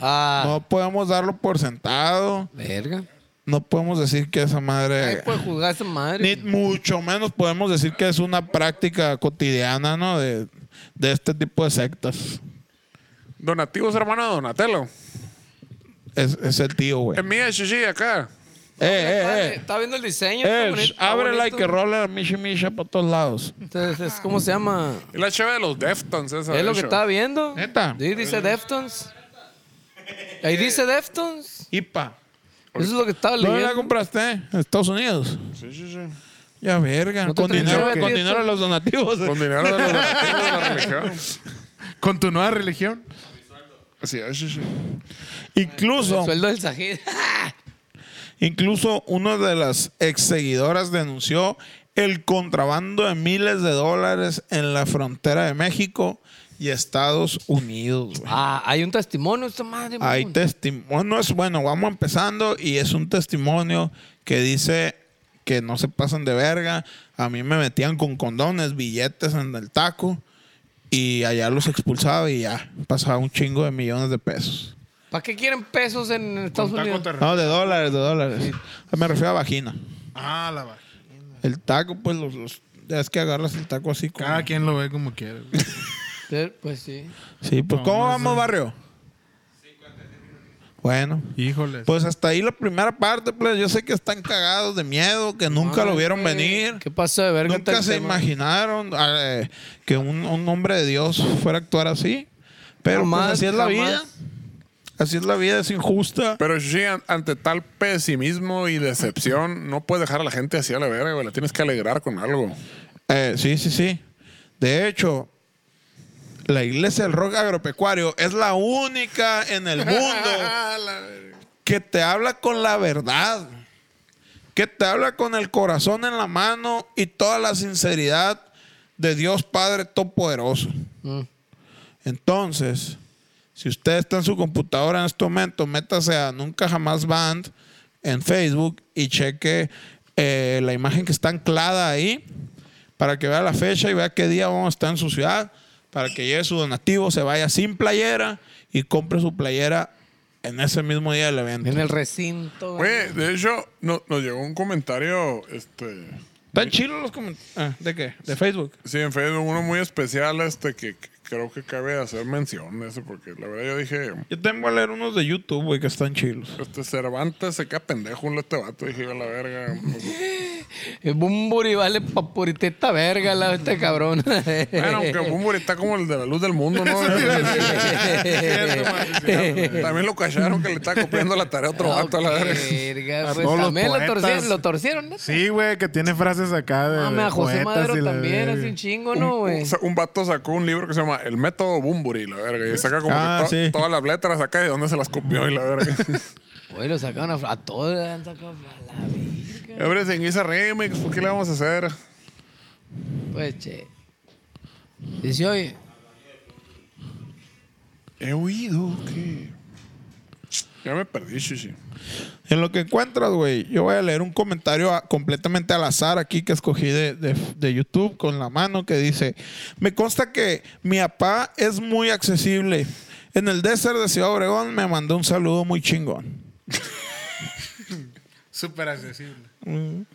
S3: Ah.
S2: No podemos darlo por sentado.
S3: Verga.
S2: No podemos decir que esa madre.
S3: Ahí puede pues, juzgar a esa
S2: Eh. Ni
S3: madre. güey.
S2: mucho menos podemos decir que es una práctica cotidiana, ¿no? De, de este tipo de sectas.
S1: Donativos, hermano Donatello.
S2: Es, es el tío, güey.
S1: Es mía, chichi, acá.
S2: Eh,
S3: Está-
S2: eh, eh.
S3: Está viendo el diseño. está
S2: Eh,
S3: bonito, está
S2: ábrela y
S3: bonito.
S2: que rola la mishi misha para todos lados.
S3: Entonces, es- ¿cómo se llama?
S1: Es la chave de los Deftones, esa.
S3: Es
S1: de
S3: lo que
S1: hecho.
S3: estaba viendo.
S2: Neta.
S3: Sí, dice Deftones. Ahí dice Deftones.
S2: Ipa.
S3: Eso es lo que estaba
S2: ¿Dónde la
S3: leyendo.
S2: compraste? En Estados Unidos.
S1: Sí, sí, sí.
S2: Ya, verga.
S3: ¿No te
S2: con
S3: atreves
S2: dinero,
S3: a ver
S2: con
S3: esto?
S2: dinero de los donativos.
S1: Con dinero de los donativos de la religión.
S4: Con tu nueva religión.
S1: Así es, sí, sí.
S2: Incluso.
S3: Sueldo del Sajid.
S2: Incluso una de las ex seguidoras denunció el contrabando de miles de dólares en la frontera de México y Estados Unidos. güey.
S3: Ah, hay un testimonio, esta madre.
S2: Hay
S3: mamón.
S2: testimonios, bueno, vamos empezando y es un testimonio que dice que no se pasan de verga. A mí me metían con condones, billetes en el taco y allá los expulsaba y ya pasaba un chingo de millones de pesos.
S3: ¿Para qué quieren pesos en Estados
S4: Taco
S3: Unidos?
S4: te re-
S2: No, de dólares, de dólares. Me refiero a vagina.
S4: Ah, la va.
S2: El taco, pues los, los- ya es que agarras el taco así. como-
S4: Cada quien lo ve como quiere. güey.
S3: Sí, Pues sí.
S2: Sí, pues ¿cómo vamos, barrio? Bueno,
S4: Híjole.
S2: pues hasta ahí la primera parte, pues yo sé que están cagados de miedo, que nunca lo
S3: Ay,
S2: vieron
S3: güey,
S2: venir.
S3: Ah, eh, ¿Qué pasó de verga?
S2: Nunca
S3: tal
S2: se
S3: tema?
S2: imaginaron eh, que un, un hombre de Dios fuera a actuar así. Pero pues,
S3: Jamás,
S2: así es la
S3: jamás.
S2: vida. Así es la vida, es injusta.
S1: Pero sí, an- ante tal pesimismo y decepción, no puedes dejar a la gente así a la verga, güey. La tienes que alegrar con algo.
S2: Eh, sí, sí, sí. De hecho, la iglesia del rock agropecuario es la única en el mundo que te habla con la verdad, que te habla con el corazón en la mano y toda la sinceridad de Dios Padre Todopoderoso.
S3: Mm.
S2: Entonces, si usted está en su computadora en este momento, métase a Nunca Jamás Band en Facebook y cheque eh, la imagen que está anclada ahí para que vea la fecha y vea qué día vamos a estar en su ciudad, para que lleve su donativo, se vaya sin playera y compre su playera en ese mismo día del evento.
S3: En el recinto. güey.
S1: Oye, de hecho, no- nos llegó un comentario, este...
S2: ¿Están chilos los comentarios? Ah, ¿De qué? ¿De Facebook?
S1: Sí, en Facebook, uno muy especial, este, que que creo que cabe hacer mención de eso, porque la verdad yo dije...
S2: Yo tengo a leer unos de YouTube, güey, que están chilos.
S1: Este Cervantes se queda pendejo un este vato, dije yo a la verga.
S3: Es Bumburi vale pa' puriteta verga la este cabrón.
S1: Bueno, aunque Bumburi está como el de la luz del mundo, ¿no? También lo callaron que le está copiando la tarea a otro vato a la verga.
S3: Verga,
S4: A
S3: pues,
S4: todos los
S3: también lo
S4: poetas.
S3: torcieron, lo torcieron, ¿no?
S4: Sí, güey, que tiene frases acá de.
S3: Mame,
S4: de
S3: Ah, a José
S4: poetas y
S3: Madero
S4: la
S3: también,
S4: verga.
S3: es un chingo,
S1: Un,
S3: ¿no, güey?
S1: un sa- un vato sacó un libro que se llama El método Bumburi, la verga. Y saca como que
S2: Ah,
S1: to-
S2: sí.
S1: todas las letras acá de dónde se las copió y la verga.
S3: Güey, lo sacaron a, a todos, le han sacado a la verga.
S1: Everything is a remix, ¿por qué le vamos a hacer?
S3: Pues, che. Dice, oye,
S1: He oído que. Ya me perdí, Shishi.
S2: En lo que encuentras, güey, yo voy a leer un comentario a- completamente al azar aquí que escogí de, de- de YouTube con la mano que dice, me consta que mi papá es muy accesible. En el desert de Ciudad Obregón me mandó un saludo muy chingón.
S4: Súper accesible.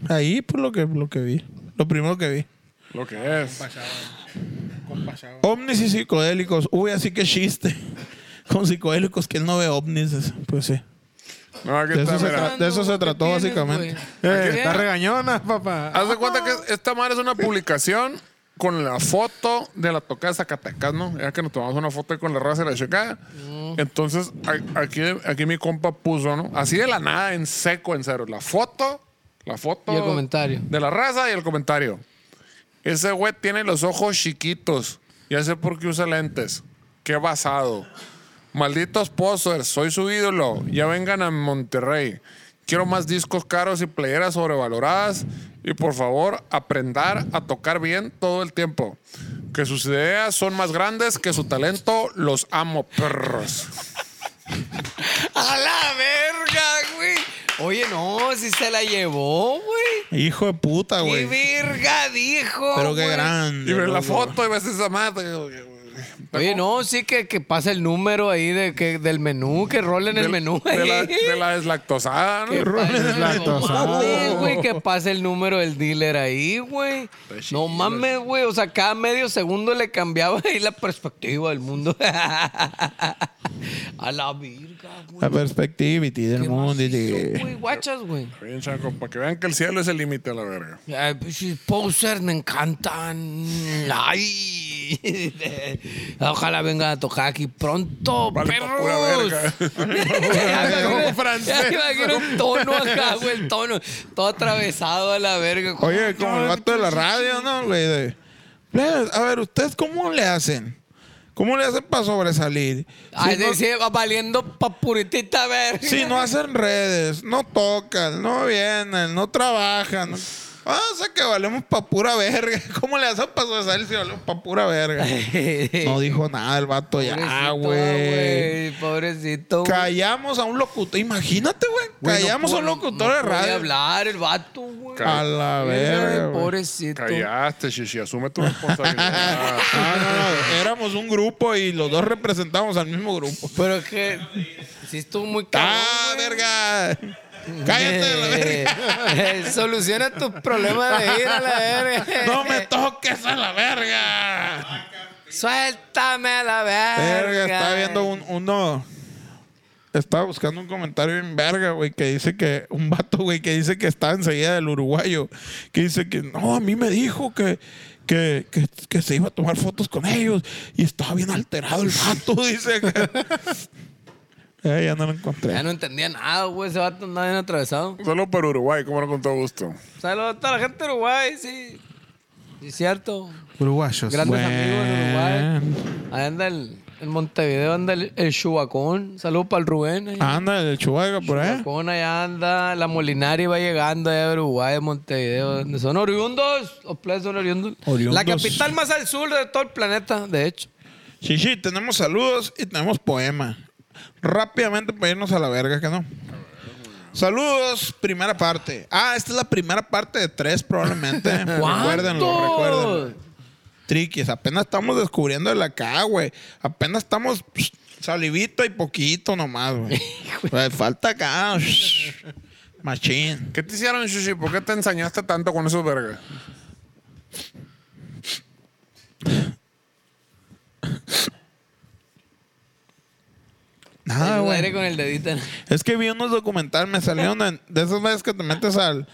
S2: Ahí, pues lo que, lo que vi, lo primero que vi.
S1: Lo que es.
S2: Ovnis y psicodélicos, uy, así que chiste. Con psicodélicos que él no ve ovnis, pues sí.
S1: No, aquí
S2: De
S1: está,
S2: eso se
S4: Ah,
S1: mira.
S2: de eso se
S3: ¿qué
S2: trató,
S3: tienes,
S2: básicamente.
S3: güey?
S4: Eh,
S3: ¿Qué?
S4: está regañona, papá.
S1: Haz de cuenta que esta madre es una publicación con la foto de la tocada de Zacatecas, ¿no? Ya que nos tomamos una foto ahí con la raza de la checada.
S2: Mm.
S1: Entonces, a- aquí, aquí mi compa puso, ¿no? Así de la nada, en seco, en cero. La foto, la foto.
S3: Y el comentario.
S1: De la raza y el comentario. Ese güey tiene los ojos chiquitos. Ya sé por qué usa lentes. Qué basado. Malditos posers, soy su ídolo. Ya vengan a Monterrey. Quiero más discos caros y playeras sobrevaloradas. Y por favor, aprender a tocar bien todo el tiempo. Que sus ideas son más grandes que su talento. Los amo, perros.
S3: ¡A la verga, güey! Oye, no, si se la llevó, güey.
S2: Hijo de puta, güey.
S3: ¡Qué verga dijo!
S2: Pero qué
S3: güey!
S2: grande.
S1: Y ves la
S2: loco.
S1: foto y ves esa madre.
S3: Oye, no, sí que, que pasa el número ahí de, que, del menú, que rolen el
S1: Del-
S3: menú
S1: De la,
S3: ahí.
S1: de la deslactosada, ¿no?
S3: Que pase el
S4: lactosado.
S3: mames, güey, que pase el número del dealer ahí, güey.
S1: Pues
S3: No mames, güey. O sea, cada medio segundo le cambiaba ahí la perspectiva del mundo. A la virga,
S2: La
S3: güey.
S2: perspectivity del
S3: Qué
S2: mundo. y
S3: macizo,
S2: de-
S3: güey. Guachas, güey.
S1: Bien, chaco, para que vean que el cielo es el límite a la verga.
S3: Ay, pinches posers me encantan. Ay. Ojalá venga a tocar aquí pronto,
S1: Vale, pa'
S3: perros.
S1: pura verga.
S3: Como
S1: francés.
S3: un tono acá, güey, el tono. Todo atravesado a la verga.
S2: Oye, como el vato de la radio, ¿no, güey? De- Plebes, A ver, ¿ustedes cómo le hacen? ¿Cómo le hacen para sobresalir?
S3: Ay,
S2: Si no-
S3: decía, va valiendo pa' puritita verga.
S2: Si no hacen redes, no tocan, no vienen, no trabajan. no- Ah, o sea que valemos pa' pura verga. ¿Cómo le hacen para sobresalir si valemos pa' pura verga? No dijo nada el vato ya,
S3: Pobrecito,
S2: güey.
S3: Pobrecito. güey.
S2: Callamos a un locutor. Imagínate, güey.
S1: Güey, no
S2: Callamos a un
S1: puede-
S2: locutor
S3: No
S2: de
S3: puede
S2: radio.
S3: hablar el vato, güey. eh,
S2: A la verga. güey.
S3: Pobrecito.
S1: Callaste, Shishi, asume tu responsabilidad.
S2: Ah, no, no, Éramos un grupo y los dos representábamos al mismo grupo.
S3: Pero es que si estuvo muy caro.
S2: ¡Ah, verga! ¡Cállate de la verga!
S3: Eh, Soluciona tus problemas de ir a la verga.
S2: ¡No me toques a la verga!
S3: Suéltame a la Ah, verga.
S2: Verga, estaba viendo un, uno. Estaba buscando un comentario en verga, güey, que dice que. Un vato, güey, que dice que está enseguida del uruguayo. Que dice que no, a mí me dijo que. Que, que, que se iba a tomar fotos con ellos y estaba bien alterado el vato, dice. Eh, ya no lo encontré.
S3: Ya no entendía nada, güey. Ese vato andaba bien atravesado.
S1: Solo para Uruguay, como no con todo gusto.
S3: Saludos a toda la gente de Uruguay, sí. Sí, Es cierto.
S2: Pues
S4: Uruguayos.
S3: Grandes
S2: Buen.
S3: amigos de Uruguay. Ahí anda el, en Montevideo, anda el, el Chubacón. Saludos para el Rubén. ahí.
S2: Anda, el chubaca por ahí.
S3: Chubacón, allá anda. La Molinari va llegando allá de Uruguay, de Montevideo. donde Son oriundos. Los playas son oriundos.
S2: Oriundos.
S3: La capital más al sur de todo el planeta, de hecho.
S2: Sí, sí, tenemos saludos y tenemos poema. Rápidamente para irnos a la verga, que no. Saludos, primera parte. Ah, esta es la primera parte de tres, probablemente. recuérdenlo,
S3: ¿Cuántos?
S2: recuérdenlo. Triquis, apenas estamos descubriendo el acá, güey. Apenas estamos psh, salivito y poquito nomás, güey. Güey, Falta acá. psh, Machín.
S1: ¿Qué te hicieron, Shishi? ¿Por qué te ensañaste tanto con esos vergas?
S2: Nada,
S3: Ayuda
S2: güey.
S3: aire con el dedito.
S2: Es que vi unos documentales, me salieron en- de esas veces que te metes al,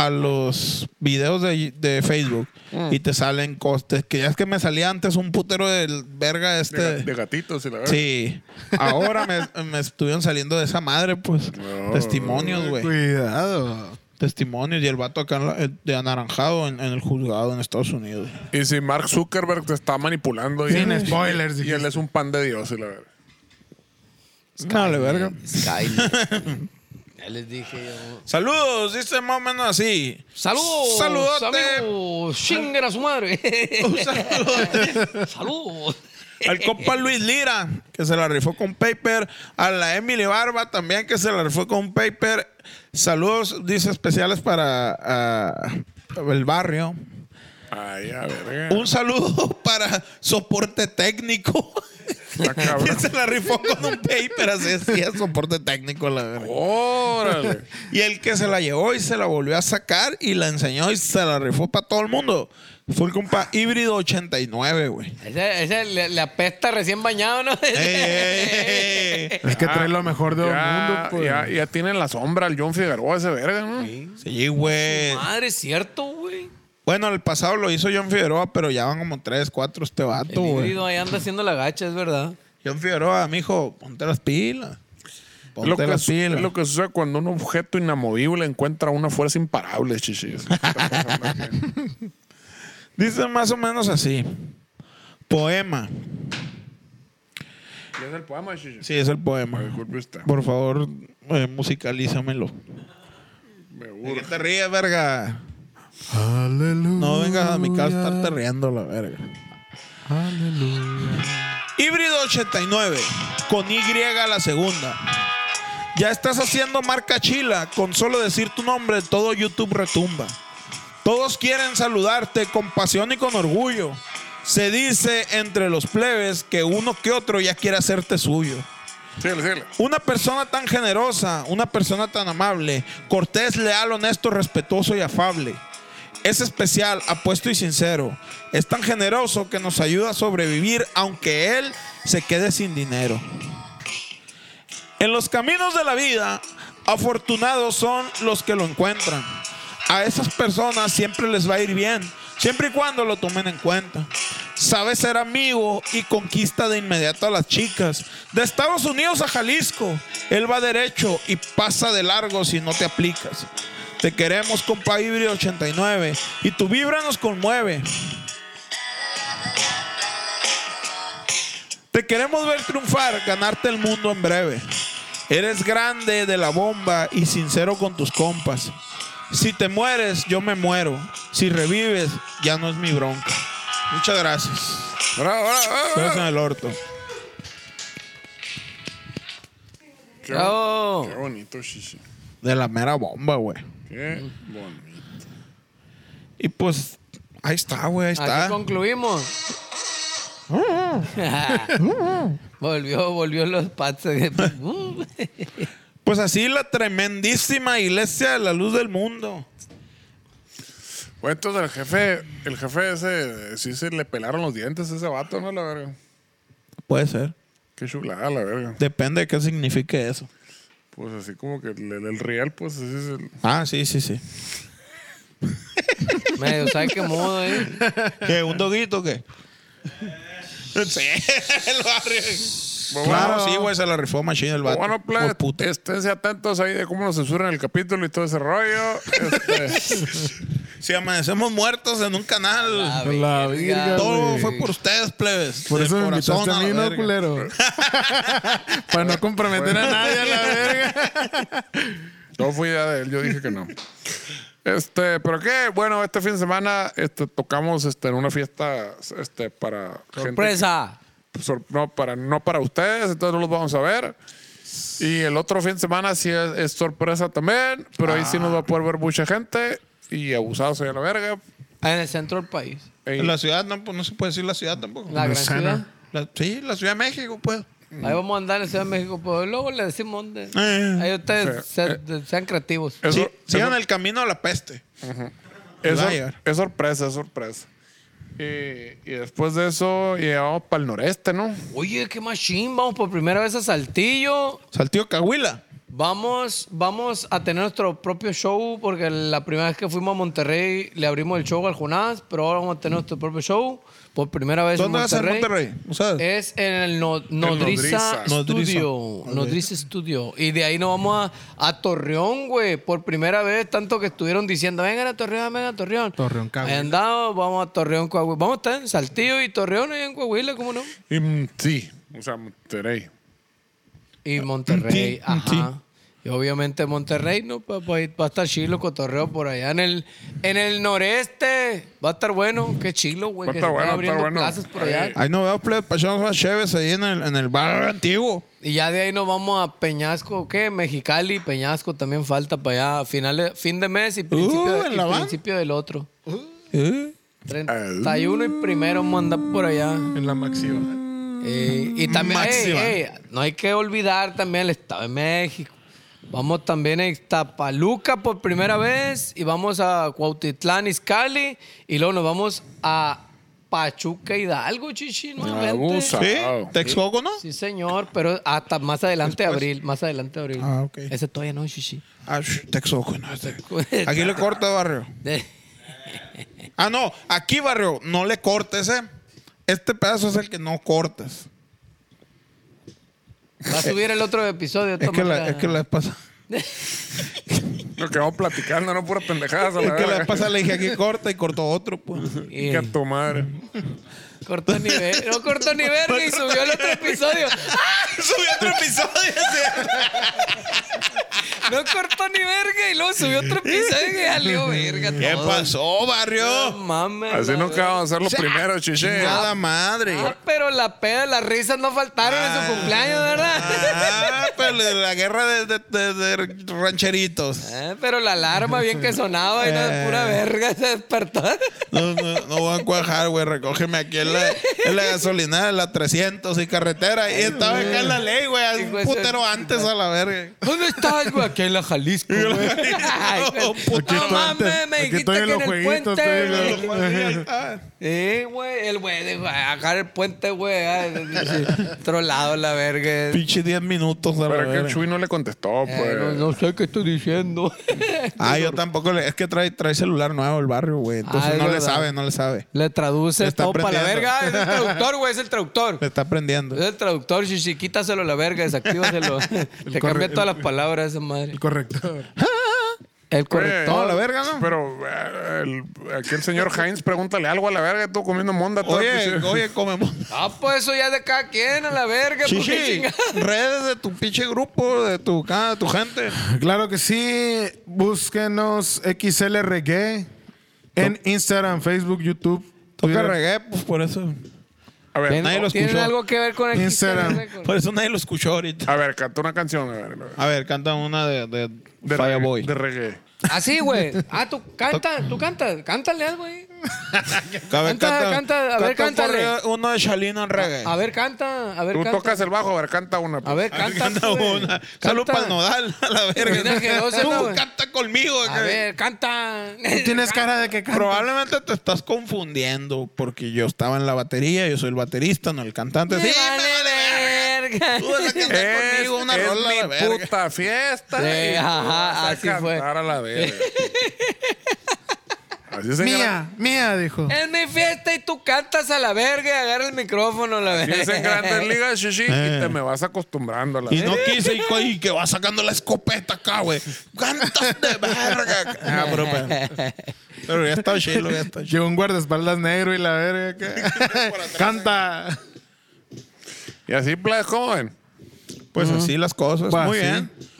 S2: a los videos de, de Facebook y te salen costes. Que ya es que me salía antes un putero del verga este.
S1: De, ga- de gatitos y la verdad.
S2: sí. Ahora me, me estuvieron saliendo de esa madre, pues. testimonios, güey.
S4: Cuidado.
S2: Testimonios. Y el vato acá en la- el- de anaranjado en, en el juzgado en Estados Unidos.
S1: Y si Mark Zuckerberg te está manipulando y,
S4: Sin
S1: y
S4: spoilers,
S1: él
S4: dijiste.
S1: es un pan de Dios y la verdad.
S2: Dale, verga.
S3: Skynet. ya les dije yo.
S2: Saludos, dice más o menos así.
S3: Saludos.
S2: Saludote.
S3: Saludos. Shingen a su madre.
S2: Un saludo.
S3: Saludos.
S2: Al compa Luis Lira, que se la rifó con Paper. A la Emily Barba también, que se la rifó con Paper. Saludos, dice especiales para ah, el barrio.
S1: Ay, a ver.
S2: Un saludo para soporte técnico.
S1: Está cabrón.
S2: Que se la rifó con un paper, así es, sí, es soporte técnico, la verdad.
S1: Órale.
S2: Y el que se la llevó y se la volvió a sacar y la enseñó y se la rifó para todo el mundo. Fue el compa híbrido 89, güey.
S3: Ese, ese le, le apesta recién bañado, ¿no?
S2: Ey, ey, ey, ey.
S4: Es que trae lo mejor de
S1: Ya,
S4: todo el mundo, pues.
S1: ya, ya tiene en la sombra al John Figueroa ese verga, ¿no?
S2: Sí, güey.
S3: Madre, es cierto, güey.
S2: Bueno, el pasado lo hizo John Figueroa, pero ya van como tres, cuatro este
S3: El
S2: vato, güey.
S3: híbrido ahí anda haciendo la gacha, es verdad.
S2: John Figueroa, mijo, ponte las pilas.
S1: Es lo,
S2: Ponte
S1: que,
S2: las
S1: su- es
S2: pilas.
S1: lo que sucede cuando un objeto inamovible encuentra una fuerza imparable, chichis.
S2: Dice más o menos así. Poema.
S1: ¿Es el poema, chichis?
S2: Sí, es el poema.
S1: Disculpe usted.
S2: Por favor, eh, musicalízamelo.
S1: Me
S2: ¿De qué
S1: urge.
S2: te ríes, verga?
S4: Aleluya.
S2: No vengas a mi casa a estarte riendo, la verga.
S4: Aleluya.
S2: Híbrido 89, con Y a la segunda. Ya estás haciendo marca chila, con solo decir tu nombre todo YouTube retumba. Todos quieren saludarte con pasión y con orgullo. Se dice entre los plebes que uno que otro ya quiere hacerte suyo.
S1: Síguele, síguele.
S2: Una persona tan generosa, una persona tan amable, cortés, leal, honesto, respetuoso y afable. Es especial, apuesto y sincero. Es tan generoso que nos ayuda a sobrevivir aunque él se quede sin dinero. En los caminos de la vida, afortunados son los que lo encuentran. A esas personas siempre les va a ir bien, siempre y cuando lo tomen en cuenta. Sabe ser amigo y conquista de inmediato a las chicas. De Estados Unidos a Jalisco, él va derecho y pasa de largo si no te aplicas. Te queremos, compa Híbrido 89, y tu vibra nos conmueve. Te queremos ver triunfar, ganarte el mundo en breve. Eres grande de la bomba y sincero con tus compas. Si te mueres, yo me muero. Si revives, ya no es mi bronca. Muchas gracias.
S1: Ahora, ahora, ahora,
S2: Estás en
S1: ahora.
S2: el orto.
S1: Qué, bo-
S3: Bravo.
S1: qué bonito, chichis.
S2: De la mera bomba, güey.
S1: Qué bonito.
S2: Y pues, ahí está, güey, ahí está.
S3: Aquí concluimos. volvió, volvió los pats.
S2: Pues así la tremendísima iglesia de la luz del mundo.
S1: Bueno, entonces el jefe, el jefe ese, sí se le pelaron los dientes a ese vato, ¿no? La verga.
S2: Puede ser.
S1: Qué chulada, la verga.
S2: Depende de qué signifique eso.
S1: Pues así como que el, el, el real, pues así es el.
S2: Ah, sí, sí, sí.
S3: Medio, ¿sabes qué modo, eh?
S2: ¿Qué? ¿Un doguito o qué? sí, el barrio. Claro, sí, güey, se la rifó Machine el vato.
S1: pues Bueno,
S2: Por
S1: pues,
S2: puta.
S1: esténse atentos ahí de cómo nos censuran el capítulo y todo ese rollo. Este,
S2: Si amanecemos muertos en un canal,
S4: La virga,
S2: todo
S4: güey.
S2: fue por ustedes, plebes.
S4: Por
S2: Del
S4: eso me
S2: corazón
S4: invitaste a
S2: la
S4: mí, ¿no,
S2: verga.
S4: culero? Para no comprometer a nadie a la verga.
S1: todo fue idea de él, yo dije que no. Este, pero qué, bueno, este fin de semana este, tocamos este, en una fiesta este, para
S3: Sorpresa.
S1: gente. sor- no, para, no para ustedes, entonces no los vamos a ver. Y el otro fin de semana sí es, es sorpresa también, pero ahí sí nos va a poder ver mucha gente y abusados ahí a la verga.
S3: Ah, En el centro del país.
S1: Ey,
S2: En la ciudad, no, pues, no se puede decir la ciudad tampoco.
S3: La gran
S4: Sana.
S3: ciudad.
S2: La- sí, la Ciudad de México, pues.
S3: Ahí vamos a andar en la Ciudad de México, pero luego le decimos dónde.
S2: Eh.
S3: Ahí ustedes se- sean creativos.
S1: es
S2: Sí,
S1: sor- es
S2: sigan
S1: sor-
S2: el camino a la peste.
S1: es
S2: va a
S1: sor-
S2: llegar.
S1: es sorpresa, es sorpresa. Y, y después de eso llegamos para el noreste, ¿no?
S3: Oye, qué machín. Vamos por primera vez a Saltillo.
S2: Saltillo Cahuila.
S3: Vamos, vamos a tener nuestro propio show porque la primera vez que fuimos a Monterrey le abrimos el show al Jonás, pero ahora vamos a tener nuestro propio show por primera vez
S2: ¿Dónde
S3: en
S2: vas en
S3: Monterrey. Eh.
S2: Monterrey? ¿No sabes?
S3: Es en el No- Nodriza,
S1: Nodriza.
S3: Studio.
S2: Nodriza.
S3: Nodriza Studio. Y de ahí nos vamos a, a Torreón, güey. Por primera vez, tanto que estuvieron diciendo, vengan a Torreón, vengan a Torreón.
S4: Torreón, Coahuila.
S3: Ahí andamos, vamos a Torreón, Coahuila. Vamos a estar en Saltillo y Torreón ahí en Coahuila, ¿cómo no?
S1: Y, mm, sí, o sea, Monterrey.
S3: Y Monterrey,
S2: Ah, Sí,
S3: ajá.
S2: sí.
S3: Y obviamente Monterrey, ¿no? Pa- pa- Va a estar chilo, cotorreo por allá en el, en el noreste. Va a estar bueno. Qué chilo, güey.
S1: Va a
S3: que
S1: estar
S3: se
S1: bueno, va a
S3: están abriendo
S1: estar bueno.
S3: plazas por allá.
S2: Ahí no veo plebes, pasamos más chéves ahí en el, en el bar antiguo.
S3: Y ya de ahí nos vamos a Peñasco, ¿qué? Mexicali, Peñasco también falta para allá. Finales, fin de mes y principio,
S2: Uh,
S3: y
S2: ¿en La Habana?
S3: principio del otro.
S2: ¿Eh?
S3: 31 y primero vamos a andar por allá.
S4: En la máxima.
S3: Eh, y también,
S2: Máxima.
S3: ey, ey, no hay que olvidar también el Estado de México. Vamos también a Iztapaluca por primera vez y vamos a Cuautitlán, Izcalli y luego nos vamos a Pachuca Hidalgo, chichi, nuevamente.
S1: Abusa.
S2: ¿Sí?
S1: Wow.
S2: ¿Texcoco, no?
S3: Sí, señor, pero hasta más adelante abril, más adelante abril.
S2: Ah, ok.
S3: Ese todavía no, chichi.
S2: Ah, sh, Texcoco, no. este- Aquí le corta, barrio.
S3: De-
S2: Ah, no, aquí, barrio, no le cortes, eh. Este pedazo es el que no cortas.
S3: Va a subir el otro episodio.
S2: Es que la,
S3: Tomasa.
S2: es que la vez pasada-
S1: Lo que vamos platicando, no puras pendejadas. A la
S2: es que la vez
S1: verga.
S2: pasada le dije aquí corta y cortó otro, pues.
S3: Y-
S1: Que a tu madre.
S2: Mm.
S3: cortó ni ver, no cortó ni verga y subió el otro episodio.
S2: Subí otro episodio.
S3: No cortó ni verga y luego subió otro episodio y salió verga.
S2: ¿Qué
S3: todo.
S2: pasó, barrio?
S3: No mames.
S1: Así
S3: la
S1: no
S3: verga.
S1: acabamos de hacer lo primero, chiche.
S2: Nada madre.
S3: Ah, pero la peda, las risas no faltaron en su cumpleaños, ¿verdad?
S2: Ah, pero de la guerra de, de- de- de rancheritos.
S3: Eh, pero la alarma bien que sonaba y no de pura
S2: Eh.
S3: verga se despertó.
S2: No, no, no voy a cuajar, güey. Recógeme aquí en la, en la gasolinera, en la 300 y carretera. Y estaba acá en la ley, güey.
S3: Hijo de
S2: Un
S3: su-
S2: putero antes a la verga.
S3: ¿Dónde estás, güey? Aquí en la Jalisco, güey. Ay, güey.
S4: Aquí
S3: No
S4: estoy
S3: mames,
S4: antes.
S3: me
S4: Aquí
S3: dijiste
S4: estoy en
S3: que en
S4: los
S3: el
S4: jueguitos,
S3: puente,
S4: estoy en
S3: güey.
S4: los-
S3: Sí, güey, el güey de acá el puente, güey. ah, sí, sí. Otro lado, la verga.
S2: Pinche 10 minutos a la
S1: Pero que el
S2: verga.
S1: Chuy no le contestó,
S3: Eh, no,
S1: pues.
S3: no sé qué estoy diciendo.
S2: Ah, yo tampoco. le- Es que trae, trae celular nuevo el barrio, güey. Entonces
S3: Ah, es
S2: no le
S3: verdad.
S2: sabe, no le sabe.
S3: Le traduce
S2: Le está
S3: todo para la
S2: aprendiendo.
S3: verga. Ah, Es el traductor, güey, es el traductor.
S2: Le está aprendiendo.
S3: Es el traductor, chichi, quítaselo a la verga, desactívaselo. Te
S4: corre-
S3: cambia todas
S4: el-
S3: las palabras esa madre.
S4: El corrector.
S3: El
S1: Oye,
S3: corrector.
S2: la verga, ¿no?
S1: Pero eh, el- aquí el señor Heinz, pregúntale algo a la verga, tú comiendo monda. todo,
S2: Oye,
S1: pues, eh.
S2: oye, comemos.
S3: Ah, pues eso ya es de cada quien, a la verga. pues, ¿por qué
S2: Chichi,
S3: chingada?
S2: redes de tu pinche grupo, de tu, cada, tu gente.
S4: Claro que sí. Búsquenos XL Reggae en Instagram, Facebook, YouTube.
S2: Toca
S4: Twitter.
S2: reggae, pues por eso.
S1: A ver,
S2: nadie lo
S3: ¿Tienen
S2: escuchó.
S3: algo que ver con el
S4: Instagram.
S3: Instagram?
S2: Por eso nadie lo escuchó ahorita.
S1: a ver, canta una canción. A ver, a ver.
S2: A ver, canta una de, de,
S1: de, reggae,
S2: Fireboy.
S1: de reggae.
S3: Así, güey. Ah, tú canta, tú canta, cántale algo ahí.
S2: A
S3: Canta, canta, a ver,
S2: un
S3: cántale.
S2: corrido, Uno de Shalina en reggae.
S3: A ver, canta, a ver,
S1: Tú
S3: canta.
S1: tocas el bajo, a ver, canta una.
S3: A
S1: pues.
S3: ver,
S2: A ver,
S3: canta.
S2: canta
S3: güey.
S2: una.
S3: Canta.
S2: Salud para el nodal, a la
S3: Mira
S2: verga.
S3: que no se
S2: Tú
S3: la, güey.
S2: canta conmigo.
S3: A
S2: que-
S3: ver, canta.
S4: Tú tienes cara de que canta.
S2: Probablemente te estás confundiendo porque yo estaba en la batería, yo soy el baterista, no el cantante.
S3: Me
S2: Sí,
S3: vale
S2: me vale
S3: verga.
S2: verga. Tú vas a cantar
S1: pues. Es,
S2: conmigo una
S1: es
S2: rola a la
S1: mi
S2: verga.
S1: puta fiesta.
S3: Sí,
S1: y tú
S3: ajá,
S1: vas a
S3: así fue.
S1: cantar a la verga. Así señora-
S4: Mía, mía, dijo.
S2: Eh.
S3: Es mi fiesta y tú cantas a la verga y agarra el micrófono a la verga.
S1: Piensa en grandes ligas, Shishi, y te me vas acostumbrando a la
S2: Y no quise, y, co- y que va sacando la escopeta acá, güey. Cantas de verga. Ah, pero, pero, pero ya está chilo, ya está chilo.
S4: Llegó un guardaespaldas negro y la verga. que-
S2: eh.
S4: Canta.
S1: Y así, pues, ¿cómo ven?
S2: Pues así las cosas.
S4: Pues
S2: Muy
S4: así.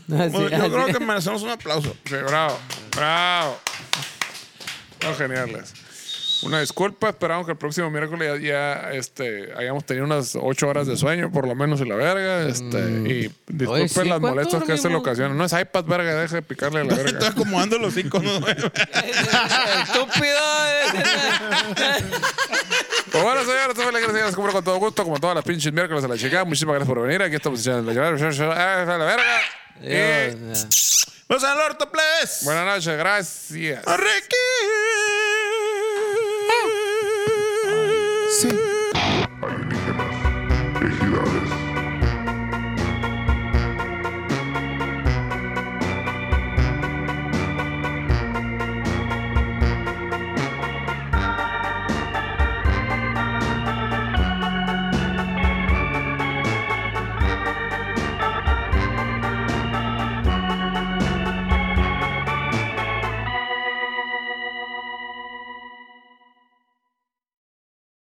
S2: bien.
S3: Así,
S2: Muy- yo
S3: así.
S2: creo que merecemos un aplauso.
S1: Sí, bravo, bravo. No, geniales. Una disculpa, esperamos que el próximo miércoles ya, ya, este, hayamos tenido unas ocho horas de sueño, por lo menos, y la verga. Este, Y disculpen
S3: Oye, sí,
S1: las
S3: ¿cuánto
S1: molestias que se le
S3: dormimos?
S1: ocasionan. No es iPad, verga, deje de picarle a la
S2: Estoy
S1: verga.
S2: acomodando los iconos. güey.
S3: Estúpido.
S1: Pues bueno, señores, esto fue la gracia. Les compro con todo gusto, como todas las pinches miércoles a la chica. Muchísimas gracias por venir. Aquí estamos echando la a la verga. Y
S3: Dios,
S2: Vamos al orto, please.
S1: buenas noches, gracias.
S2: Ricky.